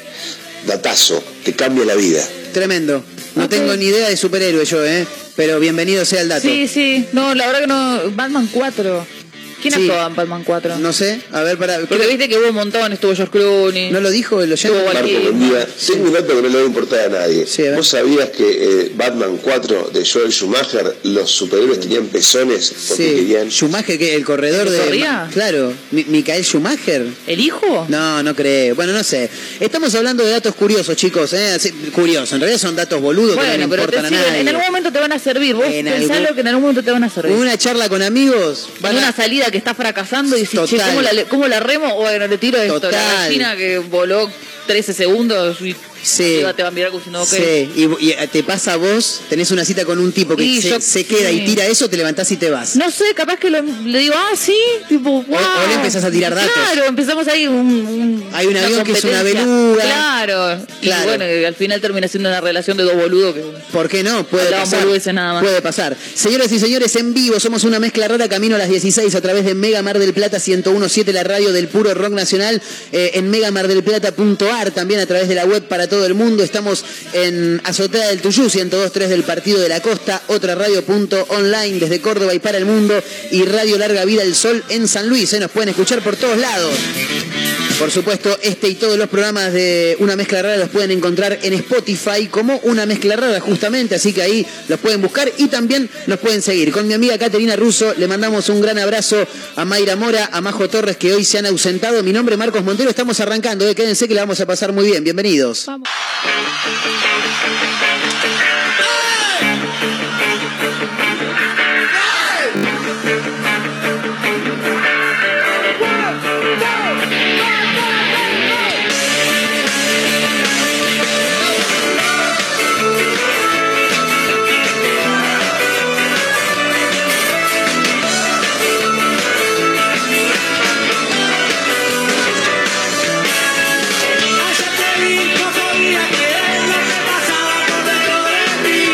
S9: Datazo, te cambia la vida.
S6: Tremendo. No tengo ni idea de superhéroe yo, ¿eh? Pero bienvenido sea el dato.
S2: Sí, sí. No, la verdad que no... Batman 4. ¿Quién
S6: Sí.
S2: actuaba en Batman 4?
S6: No sé, a ver, para.
S2: Porque viste que hubo un montón, estuvo George Clooney.
S6: ¿No lo dijo el oyente?
S2: Estuvo Val
S9: Marco,
S2: Kilmer.
S9: buen día. Tengo un dato que no le va a importar a nadie.
S6: Sí, a ver.
S9: ¿Vos sabías que eh, Batman 4 de Joel Schumacher, los superhéroes tenían pezones porque
S6: Sí.
S9: querían...
S6: Schumacher, que el corredor
S2: ¿Que
S6: de.
S2: corría?
S6: Claro, Mi- Micael Schumacher.
S2: ¿El hijo?
S6: No, no creo. Bueno, no sé. Estamos hablando de datos curiosos, chicos. ¿eh? Así- curiosos. En realidad son datos boludos que
S2: Bueno,
S6: no le
S2: pero te
S6: importan a
S2: sirven.
S6: nadie.
S2: en algún momento te van a servir. Vos
S6: En
S2: pensalo
S6: algún-
S2: que en algún momento te van a servir.
S6: En una charla con amigos, van
S2: en
S6: a-
S2: una salida que está fracasando y decís, che,
S6: Total.
S2: ¿cómo la, le- ¿cómo la remo? Bueno, le tiro esto.
S6: Total.
S2: La gallina que voló 13 segundos y
S6: Sí.
S2: arriba te va a mirar como si no, ok.
S6: Sí, y, y te pasa a vos, tenés una cita con un tipo que
S2: Y
S6: se,
S2: yo-
S6: se queda y
S2: sí.
S6: tira eso, te levantás y te vas.
S2: No sé, capaz que lo- le digo, ah, sí, tipo, wow.
S6: o le empezás a tirar datos.
S2: Claro, empezamos ahí un... un-
S6: Hay un avión que es una
S2: competencia.
S6: beluga.
S2: Claro.
S6: Claro.
S2: Y bueno, y al final termina siendo una relación de dos boludos que...
S6: ¿Por qué no? Puede
S2: Hablaba
S6: pasar.
S2: boludeces nada más.
S6: Puede pasar. Señoras y señores, en vivo somos una mezcla rara camino a las 16 a través de Mega Mar del Plata 1017, la radio del puro rock nacional, eh, en megamardelplata.ar, también a través de la web para todo el mundo. Estamos en Azotea del Tuyú, 1023 del Partido de la Costa, otra radio.online desde Córdoba y para el mundo, y Radio Larga Vida el Sol en San Luis. eh, Nos pueden escuchar por todos lados. Por supuesto, este y todos los programas de Una Mezcla Rara los pueden encontrar en Spotify como Una Mezcla Rara, justamente, así que ahí los pueden buscar y también nos pueden seguir. Con mi amiga Caterina Russo le mandamos un gran abrazo a Mayra Mora, a Majo Torres, que hoy se han ausentado. Mi nombre es Marcos Montero, estamos arrancando, eh, quédense que la vamos a pasar muy bien. Bienvenidos.
S5: Ayer te vi, no sabía qué es lo que pasaba por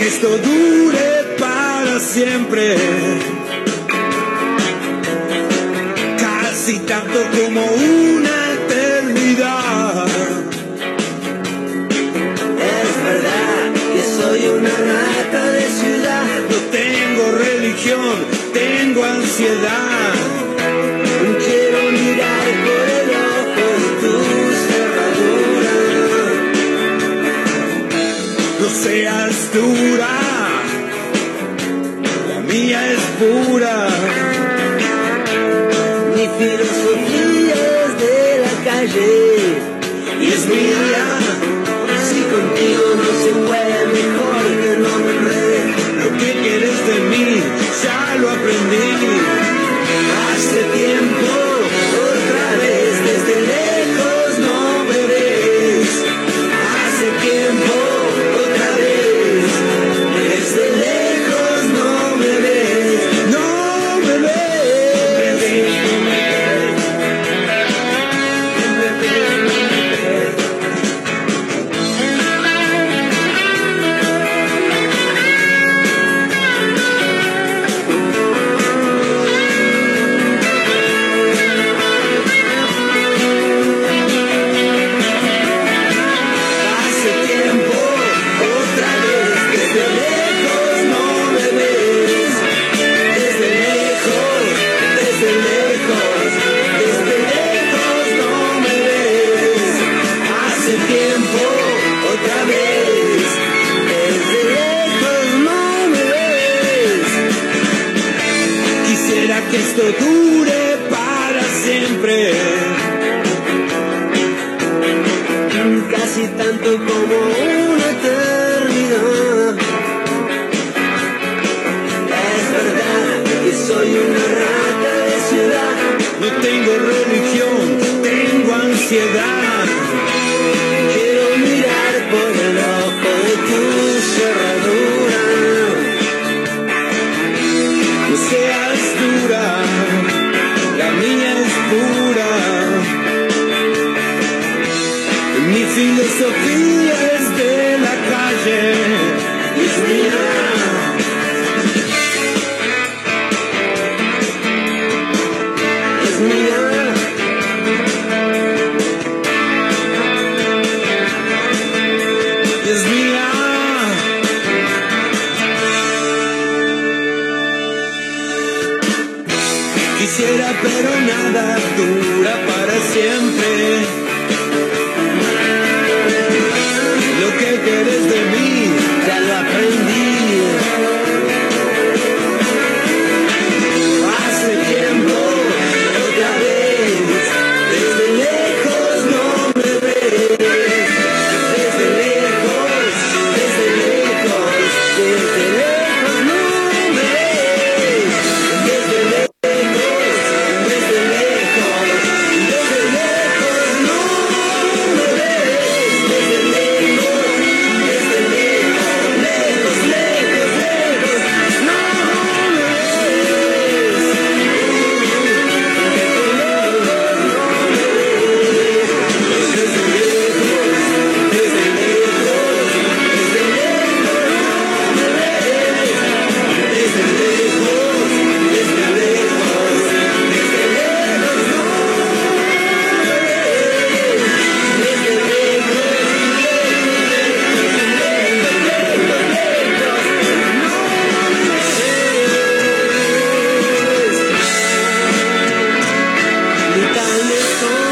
S10: esto dure para siempre. Casi tanto como una eternidad. Es verdad que soy una rata de ciudad. No tengo religión, tengo ansiedad. Quiero mirar por el ojo de tu cerradura no seas dura, la mía es pura. Mi filosofía es de la calle y es mía. Si contigo no se puede, mejor que no me enrede. Lo que quieres de mí, ya lo aprendí. Hace tiempo, otra vez, desde lejos no me ves. Hace tiempo, otra vez, desde lejos no me ves, no me ves. Hace tiempo, otra vez, desde lejos no me ves, desde lejos, desde lejos, desde lejos no me ves, hace tiempo, otra vez, desde lejos no me ves, quisiera que esto dure para siempre. casi tanto como una eternidad. Es verdad que soy una rata de ciudad. No tengo religión, tengo ansiedad. Quiero mirar por el ojo de tu cerradura. No seas dura, la mía es pura. Mi filosofía es de la calle. Es mía. Es mía. Es mía. Quisiera, pero nada dura para siempre. Lo que querés de mí, ya lo aprendí. Hace tiempo, otra vez, desde lejos no me ves. Desde lejos, desde lejos, desde lejos no me ves. Desde lejos, desde lejos, desde lejos no me ves. Desde lejos, desde lejos, lejos, lejos, lejos, no me ves. ni tan lejos.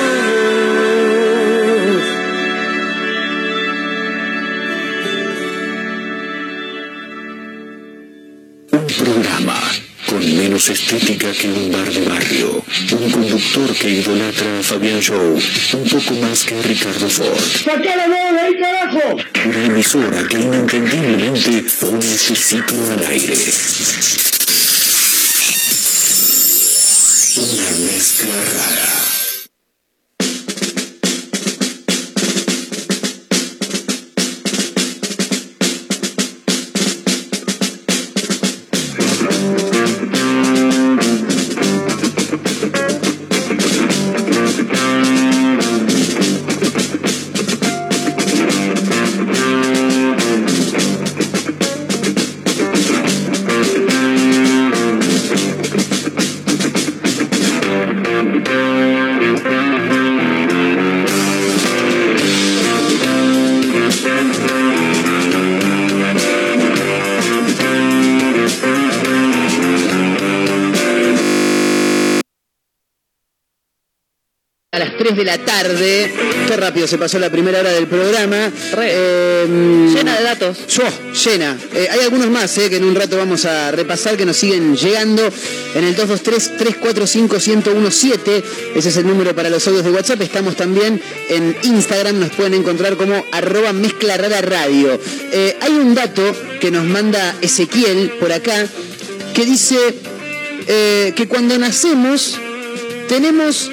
S4: Un programa con menos estética que un bar de barrio. Un conductor que idolatra a Fabián Show un poco más que a Ricardo Ford. Una emisora que inentendiblemente pone ese ciclo al aire. Una mezcla rara.
S6: a las 3 de la tarde. Qué rápido se pasó la primera hora del programa. Eh,
S2: Llena de datos.
S6: Yo, llena. Eh, hay algunos más eh, que en un rato vamos a repasar que nos siguen llegando en el 223-345-1017. Ese es el número para los audios de WhatsApp. Estamos también en Instagram, nos pueden encontrar como arroba mezcla rara radio. Eh, hay un dato que nos manda Ezequiel por acá que dice eh, que cuando nacemos tenemos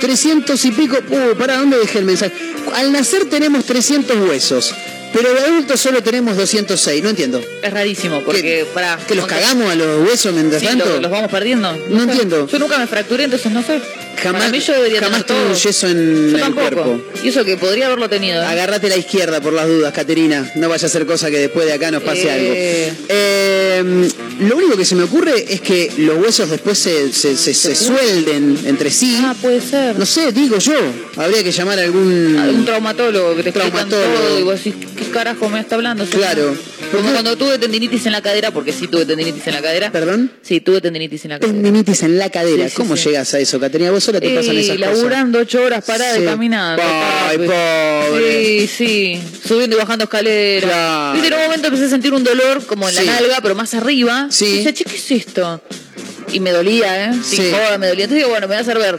S6: 300 y pico. Uh, para dónde dejé el mensaje. Al nacer tenemos 300 huesos, pero de adultos solo tenemos 206. No entiendo.
S2: Es rarísimo, porque para.
S6: ¿Que los cagamos a los huesos mientras
S2: Sí,
S6: tanto?
S2: lo- los vamos perdiendo.
S6: No entiendo.
S2: Yo nunca me fracturé, entonces no sé. Para
S6: Jamás,
S2: mí yo debería
S6: jamás
S2: tener
S6: tuve un
S2: todo.
S6: yeso en
S2: Yo
S6: el
S2: tampoco.
S6: cuerpo.
S2: Y eso que podría haberlo tenido. ¿eh?
S6: Agarrate la izquierda por las dudas, Caterina. No vaya a ser cosa que después de acá nos pase
S2: Eh.
S6: algo. Eh, lo único que se me ocurre es que los huesos después se, se- se- se suelden entre sí.
S2: Ah, puede ser.
S6: No sé, digo yo. Habría que llamar a algún...
S2: Un traumatólogo que te explican
S6: Traumatólogo.
S2: todo y vos decís, ¿qué carajo me está hablando? señor?"
S6: Claro.
S2: Como cuando tuve tendinitis en la cadera, porque sí tuve tendinitis en la cadera.
S6: ¿Perdón?
S2: Sí, tuve tendinitis en la cadera.
S6: Tendinitis en la cadera.
S2: Sí, sí,
S6: ¿Cómo
S2: sí.
S6: llegas a eso, Caterina? Vos sola te pasan
S2: Y
S6: esas cosas.
S2: laburando ocho horas parada
S6: Sí.
S2: y caminando. pues.
S6: Ay,
S2: papi.
S6: pobre.
S2: Sí, sí. Subiendo y bajando escaleras.
S6: Claro.
S2: Viste, en un momento empecé a sentir un dolor como en
S6: Sí.
S2: la nalga, pero más arriba.
S6: Sí.
S2: Y dije, che, ¿qué es esto? Y me dolía, ¿eh? Sin
S6: Sí.
S2: joda, me dolía. Entonces digo, bueno, me voy a hacer ver.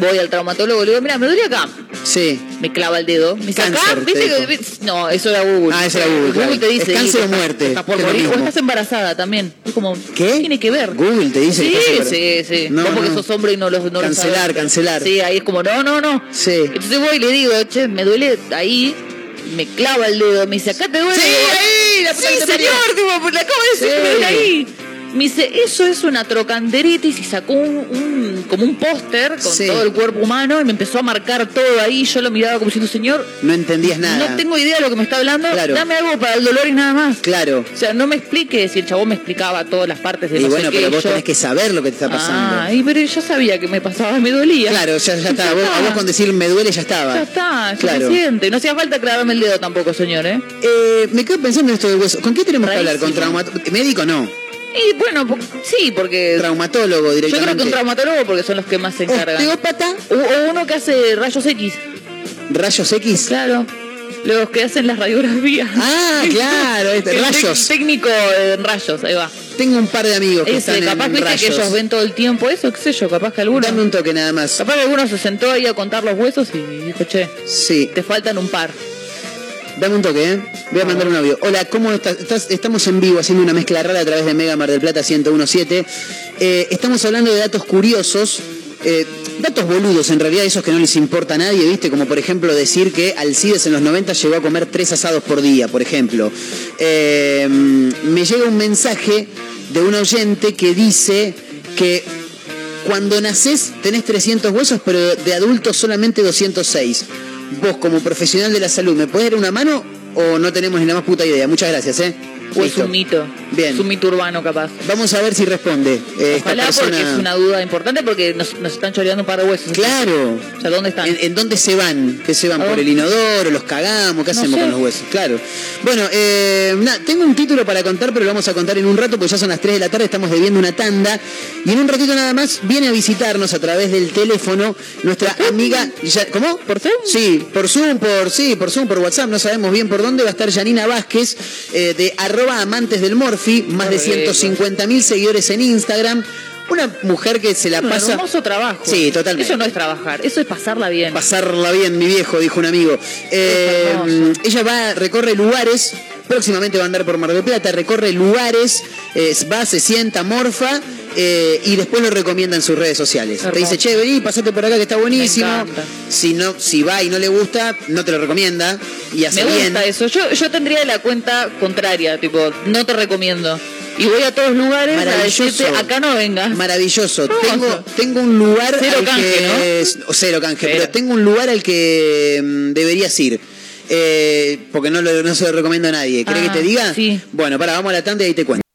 S2: Voy al traumatólogo, le digo, mira, me dolía acá.
S6: Sí.
S2: Me clava el dedo. Me dice, acá,
S6: Cáncer,
S2: viste
S6: te
S2: que- viste- No, eso era Google.
S6: Ah, eso era Google, claro.
S2: te dice.
S6: Es cáncer
S2: y
S6: o
S2: estás-
S6: muerte,
S2: Estás por
S6: que es lo
S2: morir. O
S6: mismo.
S2: estás embarazada también. Es como,
S6: ¿Qué?
S2: Tiene que ver.
S6: Google te dice que
S2: Sí,
S6: estás
S2: sí,
S6: embarazada.
S2: sí.
S6: No,
S2: Vos porque
S6: no.
S2: sos hombre y no los no lo
S6: Cancelar,
S2: sabés.
S6: cancelar.
S2: Sí, ahí es como, no, no, no.
S6: Sí.
S2: Entonces voy y le digo, che, me duele ahí. Me clava el dedo. Me dice, acá te duele.
S6: Sí,
S2: Digo,
S6: ahí, la puta
S2: sí,
S6: que te parió".
S2: señor. Digo, pues, le acabo de decir que me duele
S6: Sí.
S2: ahí. Me dice, eso es una trocanderitis y sacó un, un- como un póster con
S6: Sí.
S2: todo el cuerpo humano y me empezó a marcar todo ahí. Yo lo miraba como diciendo, señor,
S6: No entendías nada.
S2: no tengo idea de lo que me está hablando.
S6: Claro.
S2: Dame algo para el dolor y nada más.
S6: Claro.
S2: O sea, no me expliques si el chabón me explicaba todas las partes de
S6: Y
S2: no sé
S6: bueno,
S2: qué,
S6: pero vos
S2: yo-
S6: tenés que saber lo que te está pasando.
S2: Ah, y pero yo sabía que me pasaba, me dolía.
S6: Claro, ya, ya está. Vos- a vos con decir me duele ya estaba.
S2: Ya está, ya
S6: Claro.
S2: se siente. No hacía falta clavarme el dedo tampoco, señor, ¿eh?
S6: Eh, me quedo pensando en esto de hueso. ¿Con qué tenemos que hablar? ¿Con
S2: Rarísimo.
S6: traumatólogo? ¿Médico no?
S2: Y bueno, po- sí, porque...
S6: Traumatólogo
S2: Yo creo
S6: directamente. Oh,
S2: que un traumatólogo porque son los que más se encargan.
S6: Osteópata,
S2: O- o uno que hace rayos X.
S6: rayos X.
S2: Claro. Los que hacen las radiografías.
S6: Ah, claro, este,
S2: El tec-
S6: rayos.
S2: Técnico en rayos, ahí va.
S6: Tengo un par de amigos que
S2: Ese,
S6: están
S2: capaz
S6: en
S2: viste
S6: rayos.
S2: que ellos ven todo el tiempo eso, qué sé yo, capaz que algunos.
S6: Dame un toque nada más.
S2: Capaz que alguno se sentó ahí a contar los huesos y dijo, che,
S6: Sí,
S2: te faltan un par.
S6: dame un toque, ¿eh? Voy a mandar un audio. Hola, ¿cómo estás? Estás- Estamos en vivo haciendo una mezcla rara a través de Mega Mar del Plata 1017. Eh, estamos hablando de datos curiosos. eh, datos boludos, en realidad, esos que no les importa a nadie, ¿viste? Como por ejemplo decir que Alcides en los 90 llegó a comer tres asados por día, por ejemplo. Eh, me llega un mensaje de un oyente que dice que Cuando nacés tenés 300 huesos, pero de adulto solamente 206. Vos, como profesional de la salud, ¿me podés dar una mano o no tenemos ni la más puta idea? Muchas gracias, ¿eh?
S2: O es
S6: Listo.
S2: Pues un mito.
S6: Bien.
S2: Es un mito urbano capaz.
S6: Vamos a ver si responde eh, esta
S2: Ojalá porque
S6: persona.
S2: es una duda importante porque nos, nos están choreando un par de huesos.
S6: Claro.
S2: O sea, ¿dónde están?
S6: ¿En, en dónde se van? ¿Qué se van?
S2: ¿A
S6: ¿Por
S2: dónde?
S6: el inodoro? ¿Los cagamos? ¿Qué
S2: No
S6: hacemos
S2: sé.
S6: con los huesos? Claro. Bueno, eh, nada, tengo un título para contar, pero lo vamos a contar en un rato, porque ya son las 3 de la tarde, estamos debiendo una tanda. Y en un ratito nada más viene a visitarnos a través del teléfono nuestra amiga. Ya- ¿Cómo? ¿Por Zoom? Sí, por Zoom, por sí, por Zoom, por WhatsApp, no sabemos bien por dónde. Va a estar Janina Vázquez, eh, de arroba amantes del Morfi, más de
S2: Qué rico.
S6: 150 mil seguidores en Instagram. Una mujer que se la
S2: un
S6: pasa.
S2: hermoso trabajo.
S6: Sí, totalmente.
S2: Eso no es trabajar, eso es pasarla bien.
S6: Pasarla bien, mi viejo, dijo un amigo. Eh,
S2: Es hermoso.
S6: ella va, recorre lugares, próximamente va a andar por Mar del Plata, recorre lugares, eh, va, se sienta, morfa, eh, y después lo recomienda en sus redes sociales. Te
S2: Hermoso.
S6: dice, che, vení, pasate por acá que está buenísimo.
S2: encanta.
S6: Si no, si va y no le gusta, no te lo recomienda. Y hace
S2: Me gusta
S6: bien.
S2: eso. Yo, yo tendría la cuenta contraria, tipo, no te recomiendo. Y voy a todos lugares a decirte,
S6: Maravilloso.
S2: acá no vengas.
S6: Maravilloso.
S2: Hermoso.
S6: Tengo, tengo un lugar
S2: Cero
S6: al
S2: canje,
S6: que.
S2: ¿no?
S6: es- o cero canje,
S2: Cero.
S6: pero tengo un lugar al que mm, deberías ir. Eh, porque no, lo- no se lo recomiendo a nadie. ¿Querés
S2: Ah,
S6: que te diga?
S2: sí.
S6: Bueno, para, vamos a la tanda y ahí te cuento.